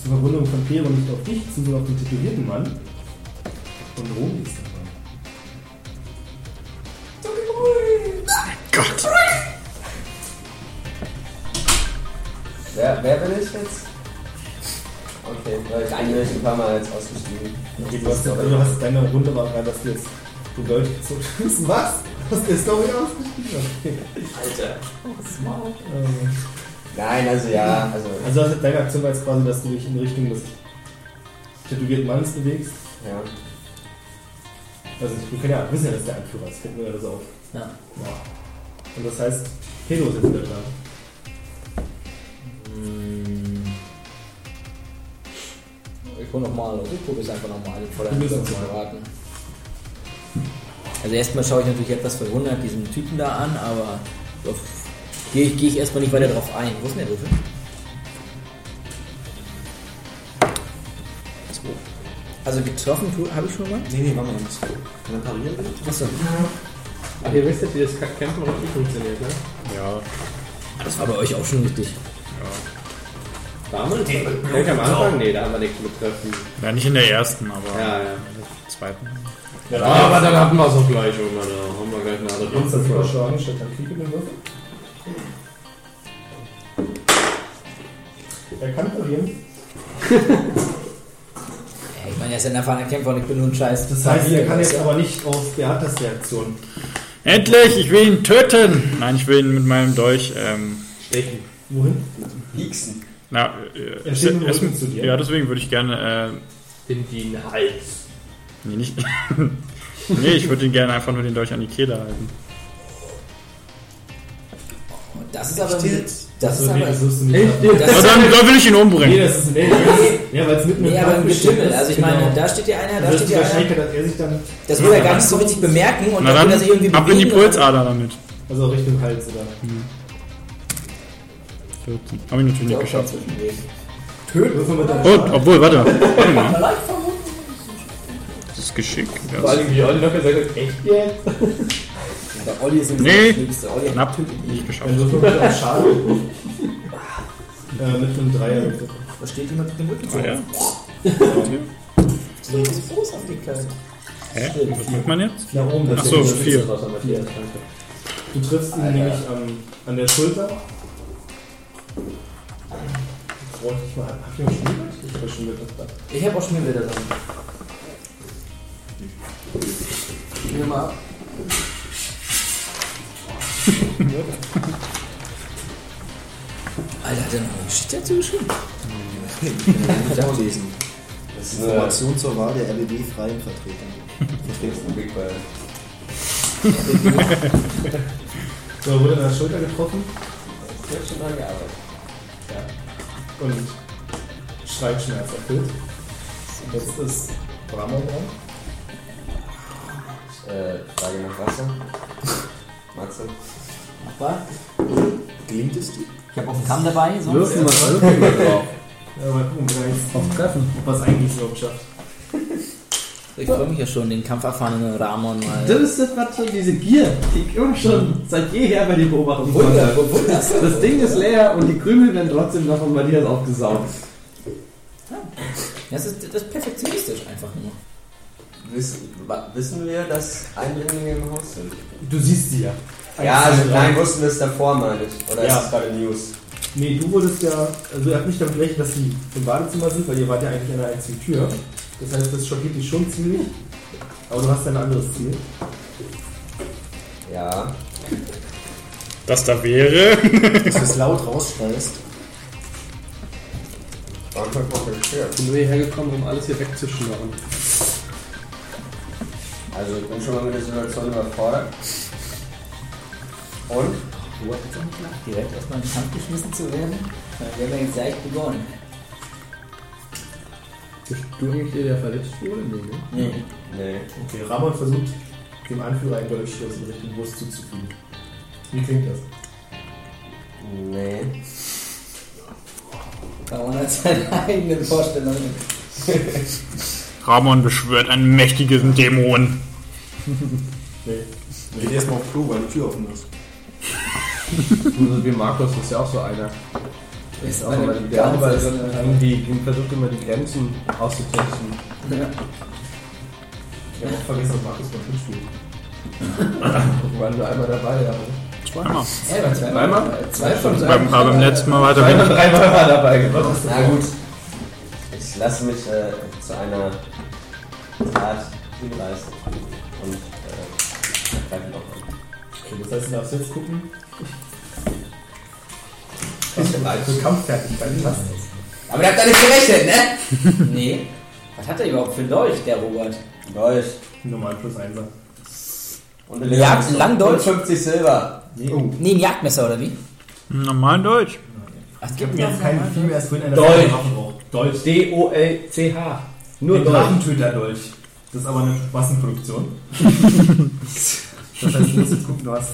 S2: zur Verwundung von Pero nicht auf dich zu, sondern auf den tätowierten Mann. Und Romy ist dabei.
S4: Gott.
S1: Wer, wer bin ich jetzt? Okay, weil ich bin nämlich ein paar Mal jetzt ausgestiegen.
S2: Okay, du hast, also du hast deine Runde war gerade, dass du jetzt den Dolch gezogen hast. Was? Hast du die Story ausgespielt? Okay.
S1: Alter.
S2: Ähm,
S1: Nein, also ja, also
S2: also also deine Aktion war jetzt quasi, dass du dich in Richtung des tätowierten Mannes bewegst.
S1: ja.
S2: Also wir können ja wissen, ja, dass der Anführer ist. Finden wir ja das auf.
S3: Ja.
S2: Ja. Und das heißt, Pedro ist jetzt wieder dran.
S3: Hm. Ich hol nochmal, also ich probiere es einfach nochmal vor der
S2: Du bist
S3: Antwort zu
S2: nochmal.
S3: beraten. Also erstmal schaue ich natürlich etwas verwundert diesen Typen da an, aber auf, gehe ich, gehe ich erstmal nicht weiter drauf ein. Wo ist denn der Würfel? Also getroffen tu- habe ich schon mal?
S6: Nee, nee, machen wir nicht. Kann man parieren bitte?
S3: Achso.
S5: Aber ihr wisst ja, wie das Kackkämpfen richtig funktioniert, ne?
S4: Ja.
S3: Das war bei euch auch schon richtig.
S5: Damals? Denk am Anfang? Nee, da haben wir nichts mit Treffen.
S4: Ja, nicht in der ersten, aber
S5: Ja, ja.
S4: in der zweiten.
S2: Ja,
S5: Aber dann hatten wir es auch gleich, Junge. Da haben wir gleich eine andere
S2: Uns das
S5: Runde.
S2: vorschlagen, statt dann Krieg mit dem Würfel. Er kann parieren.
S3: Ja, ich meine, er ist ein erfahrener Kämpfer und ich bin nur ein Scheiß.
S2: Das heißt, er kann jetzt
S3: Ja.
S2: aber nicht auf. Er hat das die Aktion.
S4: Endlich! Ich will ihn töten! Nein, ich will ihn mit meinem Dolch, ähm,
S5: Stechen.
S2: Wohin?
S6: Pieksen.
S4: na, äh,
S2: Er steht
S4: äh,
S2: im
S4: erst-
S2: Rücken zu dir.
S4: Ja, deswegen würde ich gerne,
S5: In den Hals.
S4: äh, nee, nicht, nee, ich würde ihn gerne einfach nur den Dolch an die Kehle halten.
S3: Das ist aber.
S6: Echt jetzt?
S3: Das ist
S2: So, nee,
S3: aber.
S2: das wirst du nicht haben.
S3: Das
S4: Ja,
S3: ist
S4: dann, dann will ich ihn
S2: Nee,
S4: umbringen.
S2: das ist nee, das ist, ja, weil es mitten
S3: Nee, aber
S2: Kampf
S3: im
S2: bestimmt
S3: Getümmel.
S2: ist,
S3: Also ich meine,
S2: genau.
S3: da steht ja einer,
S2: Da
S3: da
S2: wirst
S3: steht
S2: du
S3: ja
S2: wahrscheinlich,
S3: einer.
S2: dass er sich dann
S3: Das würde er gar nicht so richtig bemerken und
S4: Na
S3: dann
S4: dann,
S3: würde er sich irgendwie
S4: ab in die
S3: bewegen.
S4: Pulsader damit.
S2: also Richtung Hals oder.
S4: 14. Hab ich natürlich nicht geschafft.
S2: Töten. Würfel mit deinem
S4: Und,
S2: Schaden.
S4: obwohl, warte. Warte mal. Das ist Geschick.
S5: Vor
S4: Ja.
S5: allem, wie Olli noch gesagt hat, echt jetzt?
S3: Der Olli ist im
S4: Nee.
S3: Schlimmste. Olli hat
S4: Knapp, nicht geschafft.
S2: Dann würfel mit deinem Schaden. äh, mit einem Dreier. bitte.
S3: Da steht jemand mit dem Rücken zu.
S4: Ah, ja.
S3: Das ist groß auf die Karte.
S4: Hä? Was macht man jetzt?
S2: Nach oben.
S4: Ach
S2: das
S4: so,
S2: ist-
S4: vier.
S2: Vier. Du triffst ihn nämlich am, an der Schulter. Freut dich mal. Habt ihr schon gehört? Ich hab schon gehört.
S3: Ich habe auch schon wieder dran. Nimm mal ab. Alter, hat er noch eine Geschichte dazu geschrieben?
S6: Ich kann lesen. Das ist Information zur Wahl der RBB-freien Vertreter. Vertreter.
S1: Big Ball.
S2: So, wurde an der Schulter getroffen
S1: Ich hab schon dran gearbeitet.
S2: und schreit schmerzerfüllt. Und Jetzt ist Brahma dran.
S1: Äh, Frage nach Wasser. Matze.
S3: Machbar.
S6: Gelingt es dir?
S3: Ich habe auch einen Kamm dabei. So.
S5: Würfen wir, würfen wir drauf.
S2: Ja, mal gucken, gleich auf Treffen. Was eigentlich überhaupt schafft.
S3: Ich freue mich ja schon, den kampferfahrenen Ramon mal.
S5: Das ist das, was schon diese Gier, die ich immer schon seit jeher bei dir beobachten
S3: Wunder,
S5: konnte.
S3: Wunder.
S5: Das Ding ist leer und die Krümel werden trotzdem noch von Matthias aufgesaugt.
S3: Das ist das ist perfektionistisch einfach nur.
S1: Wissen, wa- wissen wir, dass Eindringlinge im Haus sind?
S2: Du siehst sie ja.
S1: Ja, also
S2: Einzelne
S1: nein,
S2: dran.
S1: wussten wir es davor, meine ich. Oder
S2: Ja.
S1: ist es gerade News?
S2: Nee, du wurdest ja. Also, ihr habt nicht damit gerechnet, dass sie im Badezimmer sind, weil ihr wart ja eigentlich an der einzigen Tür. Das heißt, das schockiert dich schon ziemlich. Aber du hast ja ein anderes Ziel.
S1: Ja.
S4: Das da wäre.
S2: Dass du es laut rausschreist.
S1: Bangkok war verstört.
S5: bin nur hierher gekommen, um alles hier wegzuschnorren.
S1: Also ich bin schon mal mit der Situation überfordert. Und?
S3: Du hast jetzt auch nicht gedacht, direkt erstmal in den Kampf geschmissen zu werden. Weil Wir haben ja jetzt gleich begonnen.
S5: Bist du eigentlich der, der verletzt wurde? Nee, ne?
S3: Nee.
S1: Nee.
S2: Okay, Ramon versucht, dem Anführer ein Dolchstoß in Richtung Brust zuzufügen. Wie klingt das?
S1: Nee.
S3: Aber man hat seine eigenen Vorstellungen.
S4: Ramon beschwört einen mächtigen Dämon.
S2: Nee. Nee, geh erstmal auf Klo, weil die Tür offen ist.
S5: Also wie Markus ist ja auch so einer. Der Ist auch immer die der
S3: ganze-
S5: Arbeit, irgendwie versucht immer die Grenzen auszutesten.
S3: Ja.
S2: Ich habe auch vergessen, dass Markus mal mitspielt.
S5: Ich war nur einmal dabei, ja.
S4: Zweimal.
S3: Ja, aber zweimal.
S5: Einmal?
S3: Zwei von drei.
S4: Beim, aber beim letzten Mal war
S5: Zweimal,
S4: er
S5: dreimal war dabei, genau.
S1: Na gut. Ich lasse mich äh, zu einer Tat hinreißen. Und äh, greife noch an.
S2: Okay, das heißt, du darfst jetzt gucken. Was für eine Kampffertigkeit du hast.
S3: Aber der hat damit gerechnet, ne? nee. Was hat er überhaupt für ein Dolch, der Robert?
S1: Dolch.
S2: Normal plus 1.
S1: Und
S3: Ja, lang Dolch.
S1: 50 Silber.
S2: Nee, oh.
S3: Nee, ein Jagdmesser oder wie?
S4: im normalen Deutsch.
S3: Ach, es
S2: Ich
S3: gibt
S2: habe mir
S3: noch
S2: jetzt keinen
S3: einen.
S2: Film erst vorhin einer
S5: Dolch.
S2: Waffenrauch. Dolch.
S5: D-O-L-C-H. Nur
S2: Den
S5: Deutsch.
S2: Drachentöter-Dolch. Das ist aber eine Massenproduktion. das heißt, du musst jetzt gucken, du hast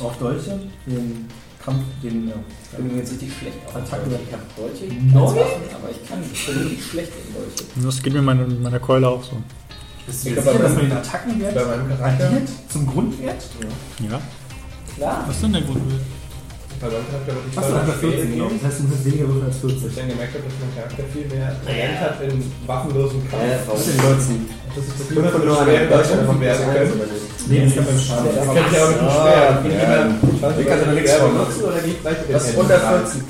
S2: auch Dolche, den Kampf, den
S3: Ich bin mir jetzt richtig schlecht auf
S2: Attacke.
S3: Ich habe Dolche.
S2: Neu?
S3: Aber ich kann ich bin wirklich schlecht in Dolche.
S4: Das geht mir meine, meiner Keule auch so.
S2: Bist du
S5: Ich
S2: jetzt
S5: glaub,
S2: sicher,
S5: bei
S2: dass man den Attackenwert
S5: Bei meinem Charakter.
S2: addiert zum Grundwert?
S4: Ja.
S3: Klar.
S4: Was denn der Grund?
S5: Bei meinem Charakter wird die
S2: Hast du
S5: Zahl
S2: einfach
S5: nach
S2: 14,
S5: gegeben.
S2: genau. Das heißt, du musst weniger würfeln als
S5: Als ich
S2: 40.
S5: dann gemerkt habe, dass mein Charakter viel mehr Talent hat in waffenlosen Kampf.
S1: Äh,
S2: Was
S1: warum?
S2: denn Dolzen?
S5: Das ist das
S1: Fünf
S5: Glück
S1: von
S5: von
S1: nur einer
S5: Schweren, was ich davon werden können.
S1: Dolch.
S2: Nee, das kann beim Schaden.
S5: Das kann ich aber mit dem Schwert. Wie jemand-
S1: Wir können da nichts von machen.
S5: oder geht gleich mit dem
S1: Das ist
S5: Händen
S1: unter
S5: rein?
S1: 40.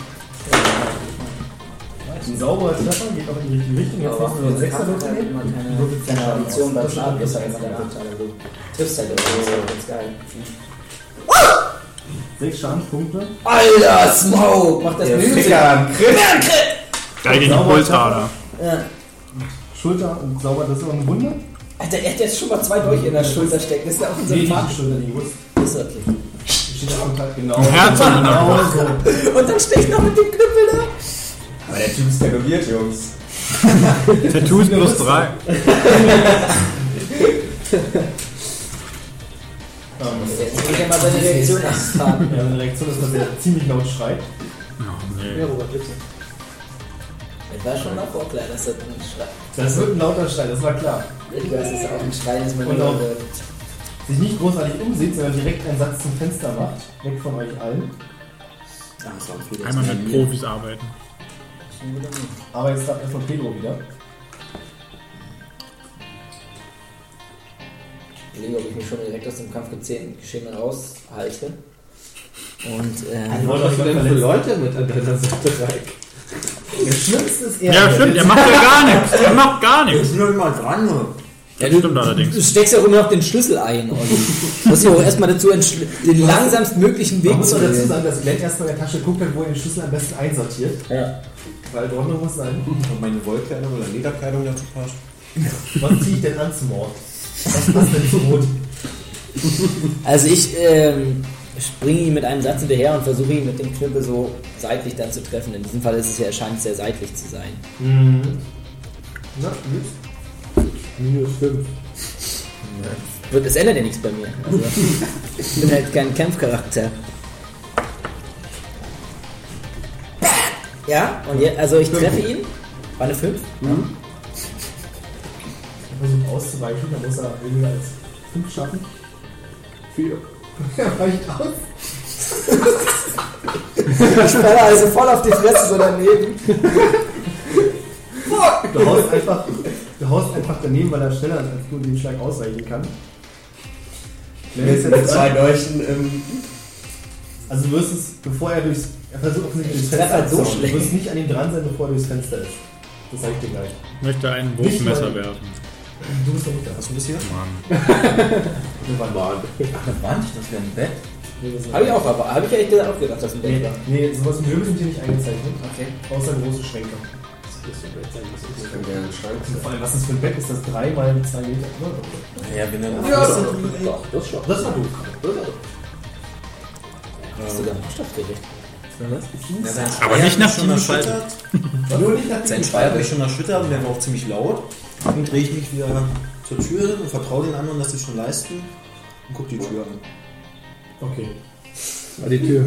S2: Ein sauberer Treffer geht auch in die richtige Richtung. Jetzt
S3: Aber
S2: musst du den
S3: warum
S2: 6er
S3: Kampf hat halt
S2: würfeln.
S3: immer keine
S2: Würfel
S3: keine
S2: Schaden
S3: Addition
S2: aus.
S3: beim
S2: Das
S3: Schaden,
S2: stimmt.
S3: ist halt immer der Nachteil. aber Du triffst halt irgendwie so, das ist geil.
S5: halt?
S2: 6 Schadenspunkte.
S3: Alter, Smoke! Mach das Mühe.
S4: Geil gegen
S2: Sauber,
S4: Pulsader.
S3: Ja.
S2: Schulter und sauber, das ist aber eine Wunde.
S3: Alter, er hat jetzt schon mal zwei Dolche in der Schulter stecken. Das ist ja auch ein
S2: Nee, die
S3: Sympathisch.
S2: Schulter, die Wurst.
S3: Ist okay.
S2: Steht da am Tag genau.
S4: Herz an der
S2: Genau
S4: Brust.
S2: so.
S3: Und dann stehe ich noch mit dem Knüppel da.
S1: Aber der Typ ist tätowiert, Jungs.
S4: Tattoos plus drei.
S3: Jetzt will ich ja mal seine Reaktion abfahren.
S2: Ja, seine Reaktion ist, dass er ziemlich laut schreit.
S5: Ja, Robert, bitte.
S3: Das war schon mal vor klar, dass das ein Schrei
S2: Das wird ein lauter Schrei, das war klar.
S3: ist. Das ist auch ein Schrei, dass man
S2: Und auch-
S3: hört.
S2: Sich nicht großartig umsieht, sondern direkt einen Satz zum Fenster macht. Weg von euch allen.
S3: Ach, so ein
S4: Einmal mit Profis arbeiten.
S2: Aber jetzt darf erstmal Pedro wieder.
S3: Ich überlege, ob ich mich schon direkt aus dem Kampfgeschehen raushalte. Und,
S4: Also,
S3: ähm,
S5: Was hast du denn für Leute mit an deiner Seite, Reik?
S2: Das Schlimmste ist er.
S4: Ja, stimmt, er macht ja gar nichts. Er macht gar nichts.
S6: nur mal dran. ne?
S4: Das stimmt allerdings.
S3: du steckst ja auch immer noch den Schlüssel ein und musst dich auch erstmal dazu entschl- den langsamstmöglichen
S2: Man
S3: Weg
S2: muss
S3: zu
S2: auch dazu
S3: gehen.
S2: sagen, dass Glenn erstmal in der Tasche guckt, wo er den Schlüssel am besten einsortiert.
S3: Ja.
S2: Weil Ordnung muss sein.
S6: Und meine Wollkleidung oder Lederkleidung dazu passt.
S2: Was ziehe ich denn an zum Mord? Was passt denn zu Rot?
S3: Also ich ähm, springe ihm mit einem Satz hinterher und versuche ihn mit dem Knüppel so seitlich dann zu treffen. In diesem Fall ist es ja scheint es sehr seitlich zu sein.
S2: Na, gut.
S5: Minus 5.
S3: Wird es ändert ja nichts bei mir. Also, ich bin halt kein Kampfcharakter. Ja, und jetzt, also ich treffe ihn. War eine 5?
S2: Er versucht auszuweichen, dann muss er weniger als 5 schaffen.
S5: 4.
S2: Er weicht aus.
S3: Ich falle also voll auf die Fresse so daneben.
S2: Du haust einfach, du haust einfach daneben, weil er schneller ist als du und den Schlag ausweichen kann. Glenn ist
S1: Mit
S2: jetzt
S1: zwei
S2: dran.
S1: Dolchen im.
S2: Also du wirst es, bevor er durchs. Er versucht offensichtlich
S3: Ich
S2: durchs Fenster
S3: treffe halt so
S2: zu hauen. Du
S3: schlecht.
S2: wirst nicht an ihm dran sein, bevor er durchs Fenster ist. Das sag ich dir gleich.
S4: Ich möchte ein Wurfmesser werfen.
S2: Du bist doch nicht da.
S6: Was ist denn das hier?
S4: Mann.
S2: Eine Wand.
S6: Eine Wand? Das wäre ein Bett.
S3: Habe ich auch, aber habe ich ehrlich gesagt auch gedacht, dass ein Date
S2: Nee,
S3: war.
S2: nee, sowas wie Höhe sind hier nicht eingezeichnet.
S3: Okay.
S2: Außer große Schränke.
S1: Das könnte ja ein Schrank
S2: Und
S1: sein.
S2: vor allem, was das für ein Bett ist, das 3 mal 2 Meter. Ne?
S6: Naja, wenn dann.
S5: Ja,
S6: das
S5: doch, doch, das schon.
S2: Das war gut.
S3: Hast du da noch Stoffgericht?
S6: Na, sein Schreier
S4: Aber nicht nach
S6: hab ich schon
S4: Timo Schalte.
S6: erschüttert.
S2: Nur nicht nach
S6: Sein Schrei habe ich schon erschüttert und der war auch ziemlich laut. Dann drehe ich mich wieder zur Tür und vertraue den anderen, dass sie schon leisten und gucke die Tür an.
S2: Okay.
S5: War die Tür.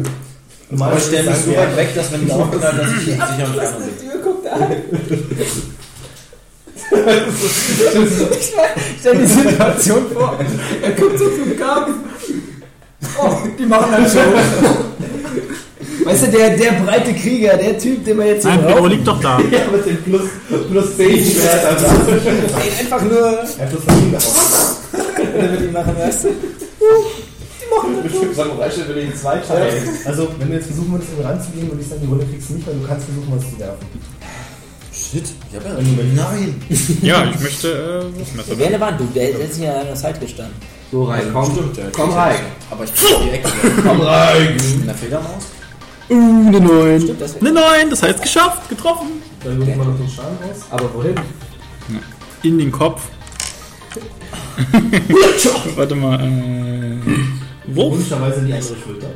S6: Aber ich stelle mich so weit weg, dass wenn die aufknallt, dass ich sicher am Fernseher sehe.
S3: Tür, guck da an. ich mein, stell dir die Situation vor. Er guckt so zum Kampf. Oh, die machen halt schon. Weißt du, der, der breite Krieger, der Typ, den wir jetzt hier
S4: Nein, Pedro
S3: brauchen,
S4: liegt doch da.
S2: Ja, mit dem plus, plus 10 Schwert. Also.
S3: den einfach nur
S2: Ja, plus 10 gehauen.
S3: damit die machen, weißt du?
S5: Samurai-Schild würde ich zwei teilen.
S2: Also, wenn du jetzt versuchen würdest, ihn ranzugehen, würde ich sagen, die Runde kriegst du nicht, weil du kannst versuchen, was zu werfen.
S6: Shit, ich habe ja Nein.
S4: Ja, ich möchte äh, Wurfmesser.
S3: Wer eine Wand, du, der der ist ja an der Seite gestanden.
S5: So rein, komm. Stimmt, ja. Komm rein.
S6: Aber ich bin direkt wieder
S5: Komm rein.
S6: in der Fledermaus.
S4: Uh, eine 9.
S3: Stimmt, das
S4: Eine 9, das heißt geschafft, getroffen.
S2: Dann würden wir mal noch den Schaden raus.
S5: Aber wohin?
S4: In den Kopf. Warte mal, äh. Wurf?
S2: Komischerweise in die andere ne? Schulter.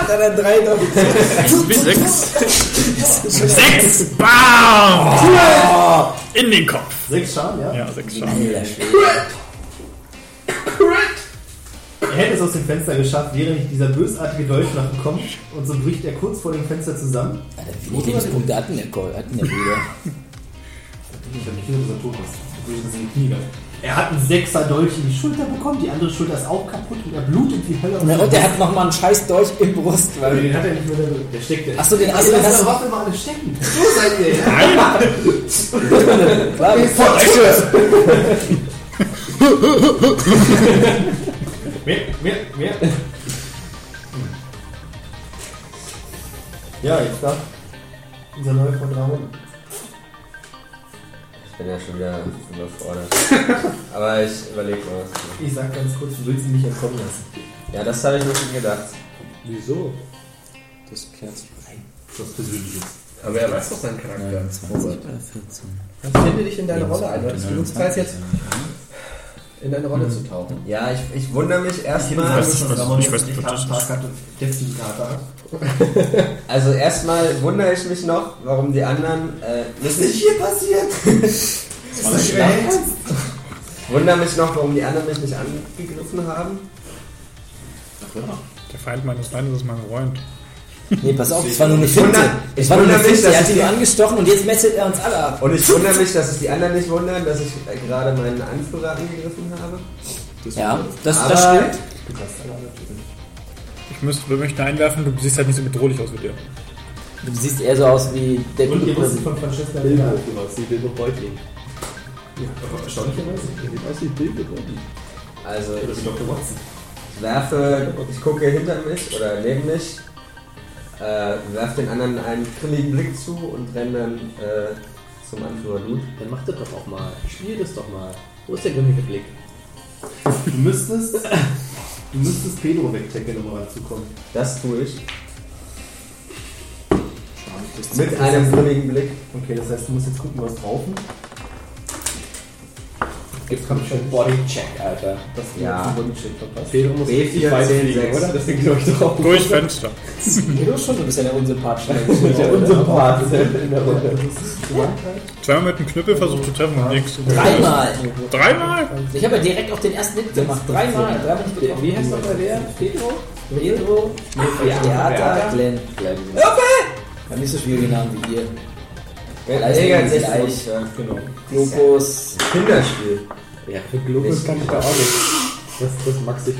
S3: hat er dann drei noch.
S4: 6. 6! Bam! In den Kopf.
S2: Sechs Schaden, ja?
S4: Ja, 6 Schaden.
S3: Alter Schwede.
S2: Er hätte es aus dem Fenster geschafft, wäre nicht dieser bösartige Dolch nachgekommen und so bricht er kurz vor dem Fenster zusammen.
S3: Alter, wie viele Lebenspunkte hatten der Call? Hatten der Bruder?
S2: Ich hab nicht gesehen, dass er tot ist. Deswegen ist er in die Knie gegangen. Er hat einen Sechser Dolch in die Schulter bekommen, die andere Schulter ist auch kaputt und er blutet wie Hölle.
S3: Na, Und der hat nochmal einen scheiß Dolch im Brust,
S2: Aber
S3: weil.
S2: den hat er nicht mehr der, der steckt der.
S3: Achso, den
S2: also
S3: Assel
S2: lass
S3: hast
S2: eure
S3: du.
S2: Waffe mal alle stecken. So seid ihr. ja.
S3: Klar,
S2: Mehr, mehr, mehr. Ja, jetzt da. Unser neuer von Dragon.
S1: Ich bin ja schon wieder überfordert. Aber ich überlege mal was.
S2: Ich sag ganz kurz, du willst ihn nicht entkommen lassen.
S1: Ja, das habe ich mir schon gedacht.
S5: Wieso?
S6: Das klärt sich rein.
S2: Das persönlich ist.
S5: Aber er weiß doch seinen Charakter.
S3: 20 oder 14.
S5: Dann finde dich in deine Rolle ein. Du hattest genug Zeit jetzt, in deine Rolle zu tauchen.
S1: Ja, ich, ich wundere mich
S4: Ich
S1: erstmal.
S4: weiß nicht, was- ich weiß nicht, was das ist.
S2: ist.
S1: Also erstmal wundere ich mich noch, warum die anderen äh, nicht
S2: hier passiert?
S6: War das schwer?
S1: Wundere mich noch, warum die anderen mich nicht angegriffen haben.
S4: Der Feind meines Feindes ist mein Freund.
S3: Nee, pass auf, es war nur eine
S1: wundere-
S3: Finte.
S1: ich
S3: Es war nur eine
S1: wundere mich, dass
S3: Finte, er
S1: ich
S3: hat ihn nur
S1: die-
S3: angestochen und jetzt messet er uns alle ab.
S1: Und ich wundere mich, dass es die anderen nicht wundern, dass ich äh, gerade meinen Anführer angegriffen habe.
S3: Ja, das,
S1: Aber
S3: das stimmt.
S4: Ich müsste, würde mich da einwerfen, du siehst halt nicht so bedrohlich aus mit dir.
S3: Du siehst eher so aus wie der
S2: Und
S3: gute
S2: ihr wusstet
S3: Präsident.
S2: von Francesca
S5: Bilbo,
S2: Lena.
S5: du warst die Bilbo Beutling.
S2: Erstaunlicherweise.
S5: Du sieht aus wie Bilbo Beutling.
S1: Also
S2: Das ist
S1: ich
S2: Dr. Watson.
S1: werfe, ich gucke hinter mich oder neben mich, äh, werfe den anderen einen grimmigen Blick zu und renne dann äh, zum Anführer du.
S5: Dann mach das doch auch mal. Spiel das doch mal. Wo ist der grimmige Blick?
S2: Du müsstest. Du müsstest Pedro wegchecken, um ranzukommen.
S1: Das tue ich.
S6: Das
S1: Mit einem grimmigen Blick.
S2: Okay, das heißt, du musst jetzt gucken, was draufen.
S5: Jetzt kommt schon Bodycheck, Alter.
S2: Das ist
S1: Ja.
S2: ein Bodycheck verpasst.
S5: Pedro muss
S1: B4,
S5: richtig weit
S1: zehn,
S5: fliegen,
S1: sechs.
S5: oder? Deswegen glaube ich drauf.
S4: Durch Fenster.
S3: Du bist schon so ein bisschen der unsympathische
S5: Der Unsympath in der Runde.
S4: Zweimal mit dem Knüppel versucht zu treffen und nix.
S3: Dreimal!
S4: Dreimal?
S3: Ich habe ja direkt auf den ersten Hit gemacht. Dreimal. Dreimal nicht bekommen.
S5: Wie heißt nochmal der? Pedro?
S3: Pedro, Beata,
S5: Beata.
S3: Glenn.
S5: Glenn.
S3: Wir haben nicht so schwierige Namen wie ihr. Leistung
S1: Egal,
S3: ist
S1: gleich.
S3: gleich.
S1: Ja. Genau.
S3: Globus.
S1: Kinderspiel.
S5: Ja, für Globus kann ich da auch nicht. Das, das mag sich.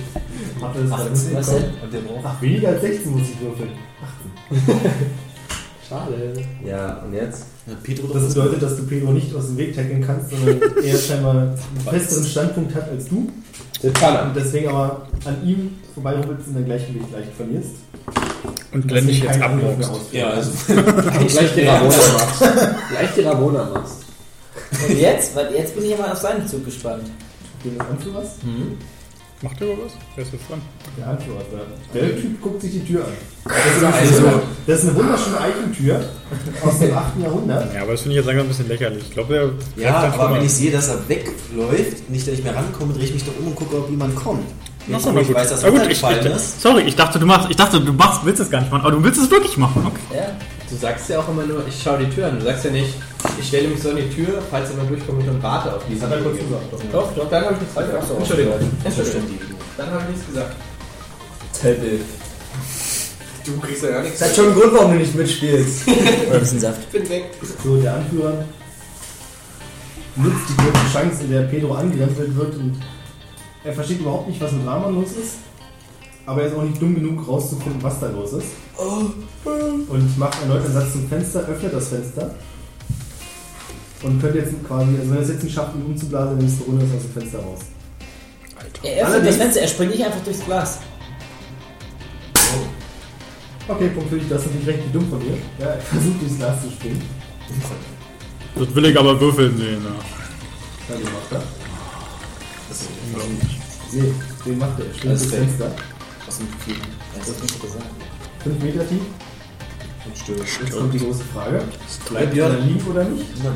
S2: Macht er das gerade mit
S3: Was
S2: hinkommen?
S3: denn? Und der braucht.
S2: Ach, weniger als 16 muss ich würfeln.
S5: Schade.
S1: Ja, und jetzt?
S6: Pedro
S2: Das bedeutet, dass du Pedro nicht aus dem Weg tackeln kannst, sondern er scheinbar einen festeren Standpunkt hat als du.
S5: Das kann er.
S2: Und deswegen aber an ihm vorbeirubbelst und dein Gleichgewicht leicht verlierst.
S4: Und blende ich jetzt ab.
S2: Angriff mehr
S4: Murks.
S2: ausführen.
S6: Ja, also.
S5: Gleich die Rabona machst. Gleich die Rabona machst.
S3: Und jetzt? Weil jetzt bin ich ja mal auf seinen Zug gespannt.
S2: Den anführst.
S3: Mhm.
S4: Macht der überhaupt was? Wer ist jetzt dran?
S2: Der Antworter. Der Typ guckt sich die Tür an. Das ist also eine, das ist eine wunderschöne Eichentür aus dem 8. Jahrhundert.
S4: Ja, aber das finde ich jetzt langsam ein bisschen lächerlich. Ich glaube, der greift
S6: Ja,
S4: dann schon
S6: aber
S4: mal-
S6: wenn ich sehe, dass er wegläuft, nicht, dass ich mehr rankomme, drehe ich mich doch um und gucke, ob jemand kommt.
S4: Ach
S6: Jetzt,
S4: so,
S6: wo
S4: na
S6: ich
S4: gut.
S6: weiß, dass
S4: Na
S6: er
S4: gut, ich,
S6: runtergefallen
S4: ich,
S6: ist.
S4: sorry, ich dachte, du machst, ich dachte, du machst, willst es gar nicht machen, aber du willst es wirklich machen. Okay.
S7: Ja, du sagst ja auch immer nur, ich schaue die Tür an. Du sagst ja nicht, ich stelle mich so an die Tür, falls jemand durchkommt und warte auf diesen.
S2: Hat er kurz gesagt.
S7: Doch, doch, dann habe ich nichts gesagt. Entschuldigung. Entschuldigung. Dann habe ich nichts gesagt.
S1: Tempel. Du kriegst ja gar nichts. Das hat schon einen Grund, warum du nicht mitspielst.
S3: Ein bisschen Saft.
S7: Ich bin weg.
S2: So, der Anführer nutzt die große Chance, in der Pedro angerempelt wird und er versteht überhaupt nicht, was mit Rama los ist. Aber er ist auch nicht dumm genug, rauszufinden, was da los ist. Und macht erneut einen Satz zum Fenster, öffnet das Fenster. Und könnte jetzt quasi, also wenn er es jetzt nicht schafft, ihn umzublasen, in der nächsten Runde ist er aus dem Fenster raus.
S3: Er öffnet das
S2: Allerdings-
S3: Fenster, er springt nicht einfach durchs Glas.
S2: Okay, Punkt für dich, das ist natürlich recht wie dumm von dir. Ja, er versucht durchs Glas zu springen.
S4: Das will ich aber würfeln sehen. Ja.
S2: Ja, den macht er. Nee, den macht er. Er springt
S6: Das
S2: durchs
S6: ist
S2: Fenster.
S6: Was sind die Fliegen? Das ist nicht gesagt.
S2: 5 Meter tief.
S6: Und Störe.
S2: Jetzt kommt die große Frage. Bleibt Björn liegen oder nicht?
S6: Äh,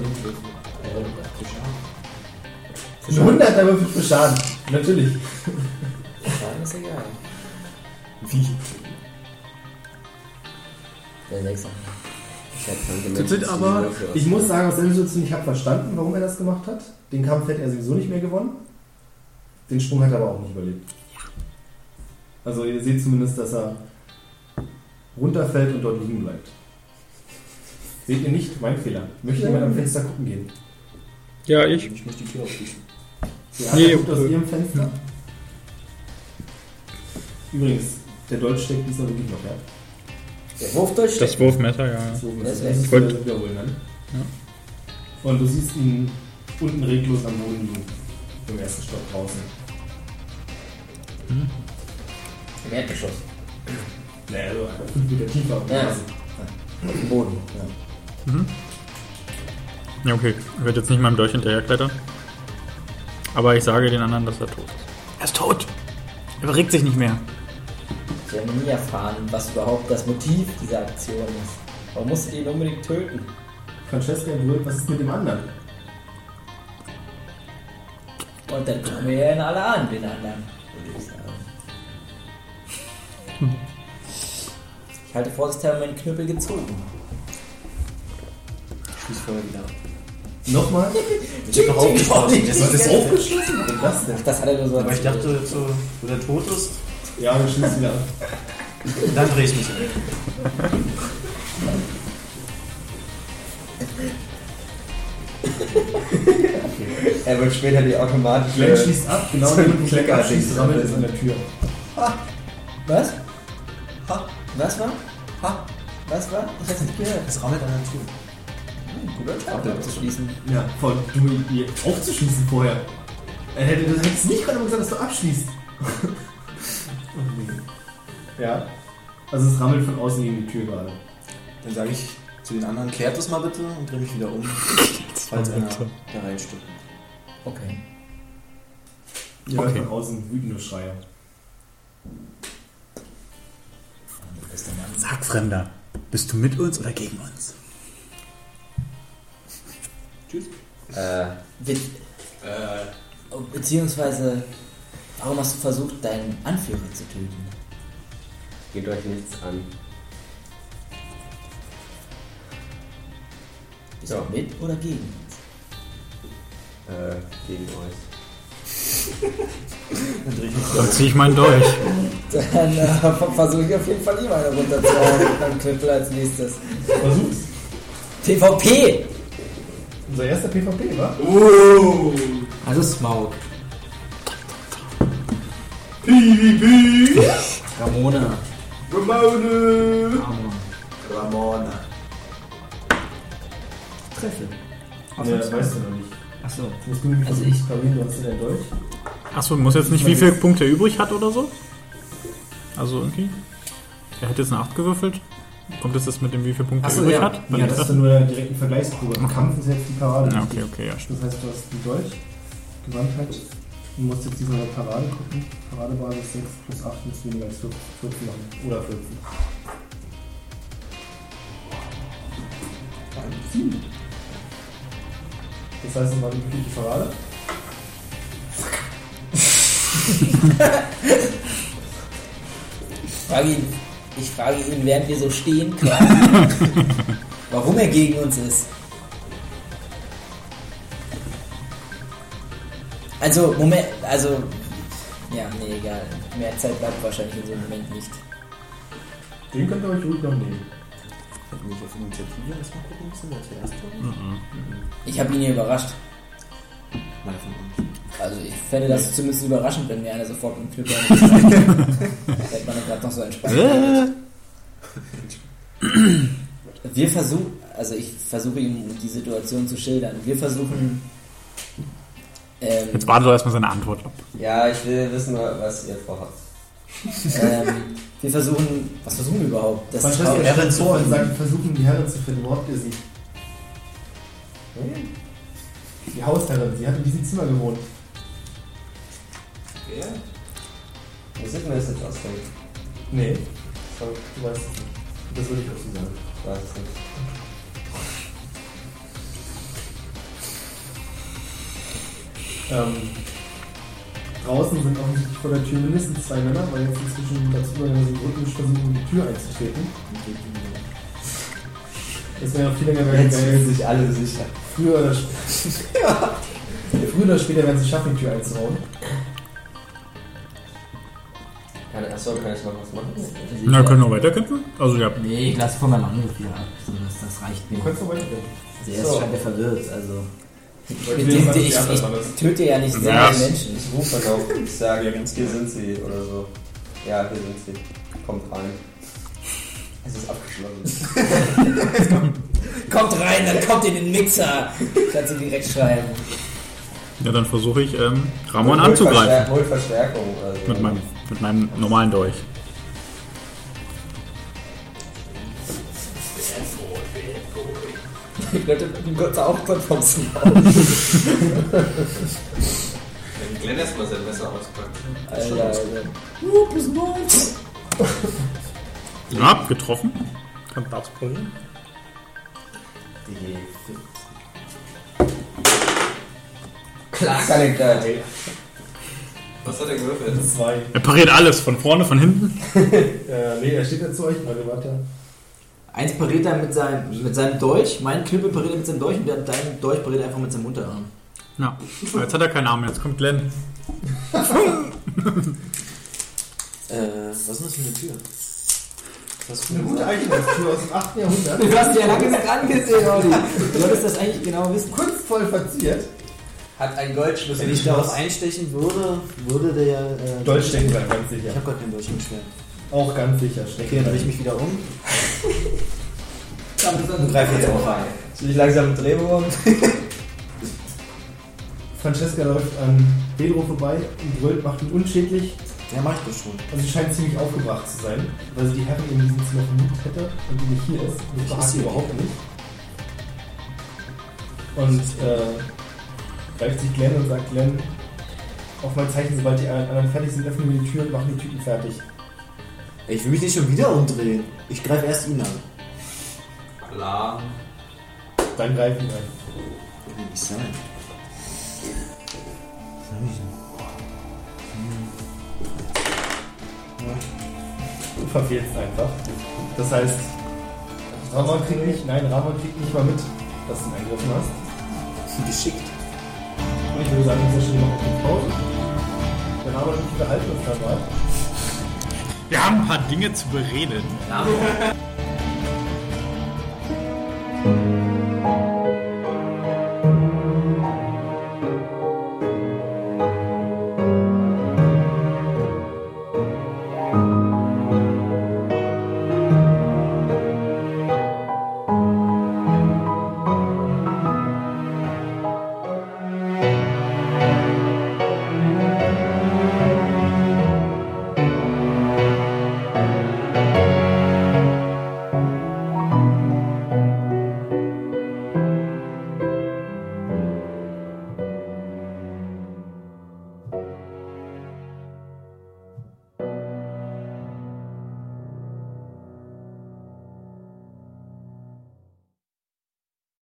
S2: Ein 100 aber für Schaden. Natürlich.
S3: Schaden ist egal.
S2: Wie?
S3: Der Sechser.
S1: Das sind
S4: aber-
S2: Ich muss sagen, aus der Situation, ich habe verstanden, warum er das gemacht hat. Den Kampf hätte er sowieso nicht mehr gewonnen. Den Sprung hat er aber auch nicht überlebt. Also ihr seht zumindest, dass er runterfällt und dort liegen bleibt. Seht ihr nicht? Mein Fehler. Möchte jemand am Fenster gucken gehen?
S4: Ja, ich.
S6: Ich möchte die Tür aufschließen.
S2: Die
S4: Nee,
S2: Anna guckt aus
S4: äh,
S2: ihrem Fenster. Übrigens, der Deutsch steckt diesmal wirklich noch, ja?
S3: Der Wurfdeutsch
S4: Das Wurfmesser, ja. ja.
S2: So,
S3: Das
S2: das
S3: ist
S2: ist
S4: gut.
S2: wiederholen dann. Und du siehst ihn unten reglos am Boden liegen. Im ersten Stock draußen.
S3: Im Erdgeschoss.
S2: Naja, so also fünf Meter tiefer.
S3: Ja.
S2: Ja. Auf dem Boden. Ja.
S4: Ja, okay. Ich werde jetzt nicht meinem Dolch hinterherklettern. Aber ich sage den anderen, dass er tot ist. Er ist tot. Er regt sich nicht mehr.
S3: Ich habe nie erfahren, was überhaupt das Motiv dieser Aktion ist. Warum musst du den unbedingt töten?
S2: Francesca berührt, was ist mit dem anderen?
S3: Und dann gucken wir ihn alle an, den anderen. würde ich sagen. Hm. Ich halte vorsichtshalber meinen Knüppel gezogen.
S6: Schließ vorher wieder ab.
S2: Nochmal?
S6: Ich hab noch aufgeschlossen. Das ist offen.
S2: aufgeschlossen? Was ist das denn?
S3: Ach, das hat er nur so
S6: Aber ich
S3: erzählt.
S6: dachte, so, wo der tot ist,
S2: Ja, wir schließen wieder ab.
S6: dann drehe ich mich um.
S1: Er wird später die automatische.
S2: Glenn schließt ab, genau
S1: so
S2: wie
S1: ein
S2: du Glenn
S1: Klicker-
S2: abschließt, rammelt es an der Tür.
S3: Was? Ha? Was war? Ha? Was war? Ich hab's nicht gehört.
S6: Es rammelt an der Tür.
S3: Guter Tag, abzuschließen.
S2: Ja, voll. Du, ihr aufzuschließen vorher. Er hätte das jetzt nicht gerade gesagt, dass du abschließt. oh, nee. Ja. Also es rammelt von außen gegen die Tür gerade.
S6: Dann sage ich zu den anderen, klärt das mal bitte und drehe mich wieder um, falls einer da reinstürmt.
S3: Okay.
S2: Ihr hört
S4: Okay.
S2: von außen wütende Schreie.
S4: Sag, Fremder, bist du mit uns oder gegen uns?
S1: Äh,
S3: Wir, Oh, Beziehungsweise, warum hast du versucht, deinen Anführer zu töten?
S1: geht euch nichts an.
S3: Bist
S1: Ja.
S3: du mit oder gegen uns?
S1: Äh, gegen euch.
S6: Dann drehe ich mich
S4: Dann ziehe ich meinen Dolch.
S3: Dann äh, versuche ich auf jeden Fall lieber eine runterzuhauen am Knüppel als nächstes.
S2: Versuch's.
S3: PvP!
S2: Unser erster PvP, wa?
S3: Also Smaug. Ramona.
S2: Ramone!
S3: Ramona.
S6: Ramona.
S3: Treffe.
S2: Ja, das weißt du noch nicht.
S3: Achso.
S2: Musst du nämlich
S3: Also
S2: versuchen
S3: ich-
S2: zu parieren, du hast ja dein Deutsch.
S4: Achso, muss jetzt nicht, wie viele Punkte er übrig hat oder so? Also irgendwie. Er hat jetzt eine 8 gewürfelt. Kommt das jetzt mit dem, wie viele Punkte
S3: Ach so,
S4: er übrig
S3: ja.
S4: hat? Bei
S2: Ja,
S4: dem
S2: das ist
S4: Treffen?
S2: dann nur der direkte Vergleichsprobe. Im Kampf ist jetzt die Parade.
S4: ja, okay, okay, ja. stimmt.
S2: Das heißt, du hast ein Deutsch, Gewandtheit, halt. Du musst jetzt diese Parade gucken. Paradebasis 6 plus 8 ist weniger als 14 machen. Oder 14. Ein 7. Das heißt nochmal die die Parade.
S3: Frage ihn, ich frage ihn, während wir so stehen, quasi, warum er gegen uns ist. Also, Moment, also, ja, nee, egal. Mehr Zeit bleibt wahrscheinlich in so einem Moment nicht.
S2: Den könnt ihr euch ruhig noch nehmen.
S6: Hätten wir nicht auf Initiative erstmal gucken müssen, wer zuerst kommt?
S3: Ich habe ihn hier überrascht.
S6: Mal von uns.
S3: Also, ich fände das zumindest überraschend, wenn mir einer sofort einen Knüppel an den Hätte man gerade noch so entspannt.
S4: Äh,
S3: Wir versuchen, also ich versuche ihm die Situation zu schildern. Wir versuchen. Ähm,
S4: Jetzt wartet er erstmal seine Antwort ab.
S1: Ja, ich will wissen, was ihr vorhabt.
S3: ähm, wir versuchen. Was versuchen wir überhaupt? Das ist
S2: Francesca
S3: Frau-
S2: stellt sich vor und sagt, versuchen die Herren zu finden. Wo habt ihr sie?
S7: Hm?
S2: Die Hausherrin, sie hat in diesem Zimmer gewohnt.
S1: Ja. Muss ich mir das jetzt ausdenken?
S2: Nee. So, du weißt es nicht. Das würde ich auch so sagen.
S1: Ich weiß es nicht.
S2: Ähm, draußen sind auch nicht vor der Tür mindestens zwei Männer, weil jetzt inzwischen dazu weil wir sind rhythmisch versuchen, die Tür einzutreten. Das wäre noch viel länger, wenn
S5: Jetzt fühlen
S2: wir
S5: sich alle sicher.
S2: früher oder, sp- früher oder später werden sie es schaffen, die Tür einzuhauen.
S1: Kann, achso, kann ich noch was machen?
S4: Na, können wir weiterkämpfen? Also, ja.
S6: Nee, ich lasse vor meinem Angriff hier ab. So, das, das reicht
S2: Du
S6: mir.
S2: kannst noch weitergehen.
S6: Also er ist
S1: So.
S6: scheint ja verwirrt, also.
S3: Mit dem, ich, ich, töte ja nicht sehr
S4: Ja.
S3: viele Menschen.
S1: Ich rufe noch, ich sage, hier sind sie oder so. Ja, hier sind sie. Kommt rein. Es ist abgeschlossen.
S3: Kommt rein, dann kommt in den Mixer. Kannst du direkt schreiben.
S4: Ja, dann versuche ich, ähm, Ramon anzugreifen.
S1: Hol Verstärkung. Also.
S4: Mit meinem, mit meinem normalen Dolch.
S3: Die Leute die Gott auch kommt vom Smog.
S7: Wenn Glenn erstmal sein Messer auspackt.
S3: Alter, Alter.
S4: Ja, getroffen. Kann darf's probieren.
S1: Klar kann ich das.
S7: Was hat er gewürfelt?
S2: Zwei.
S4: Er pariert alles, von vorne, von hinten.
S2: Äh, nee, er steht ja zu euch, Leute, warte.
S3: Eins pariert er mit seinem, mit seinem Dolch, mein Knüppel pariert er mit seinem Dolch und der- dein Dolch pariert er einfach mit seinem Unterarm.
S4: Ja, jetzt hat er keinen Namen, jetzt kommt Glenn.
S6: Äh, was ist denn das für eine Tür? Was für
S2: Eine
S6: eine
S2: gute Eichenholztür aus dem 8. Jahrhundert.
S3: Du hast dir lange nicht angesehen, Olli. Du solltest das eigentlich genau wissen.
S2: Kunstvoll verziert.
S1: Hat ein Goldschlüssel.
S6: Wenn ich darauf einstechen würde, würde der. Äh,
S2: Dolchstecken sein, ganz sicher.
S6: Ich habe gar kein Deutsch mit Schwert.
S2: Auch ganz sicher. Stecken
S6: Okay, dann drehe ich
S2: sein.
S6: mich wieder um.
S1: und greife jetzt auch rein. Soll ich langsam einen Drehwurm?
S2: Francesca läuft an Pedro vorbei und brüllt, macht ihn unschädlich.
S6: Ja, mach ich das schon.
S2: Also sie scheint ziemlich aufgebracht zu sein, weil sie die Herren in diesem Zimmer vermutet hätte und die nicht hier ist. Und das
S6: Ist
S2: behagt
S6: sie
S2: sie überhaupt nicht. Und äh, greift sich Glenn und sagt Glenn, auf mein Zeichen, sobald die anderen fertig sind, öffnen wir die Tür und machen die Typen fertig.
S6: Ey, ich will mich nicht schon wieder umdrehen. Ich greife erst ihn an.
S7: Alarm.
S2: Dann greifen wir.
S6: Kann nicht sein.
S2: Du verfehlst einfach. Das heißt, Ramon kriegt nicht, nein, Ramon kriegt nicht mal mit, dass du ihn angegriffen hast.
S6: Geschickt.
S2: Und ich würde sagen, an dieser Stelle machen wir eine Pause. Dann haben wir nicht behalten uns dabei.
S4: Wir haben ein paar Dinge zu bereden.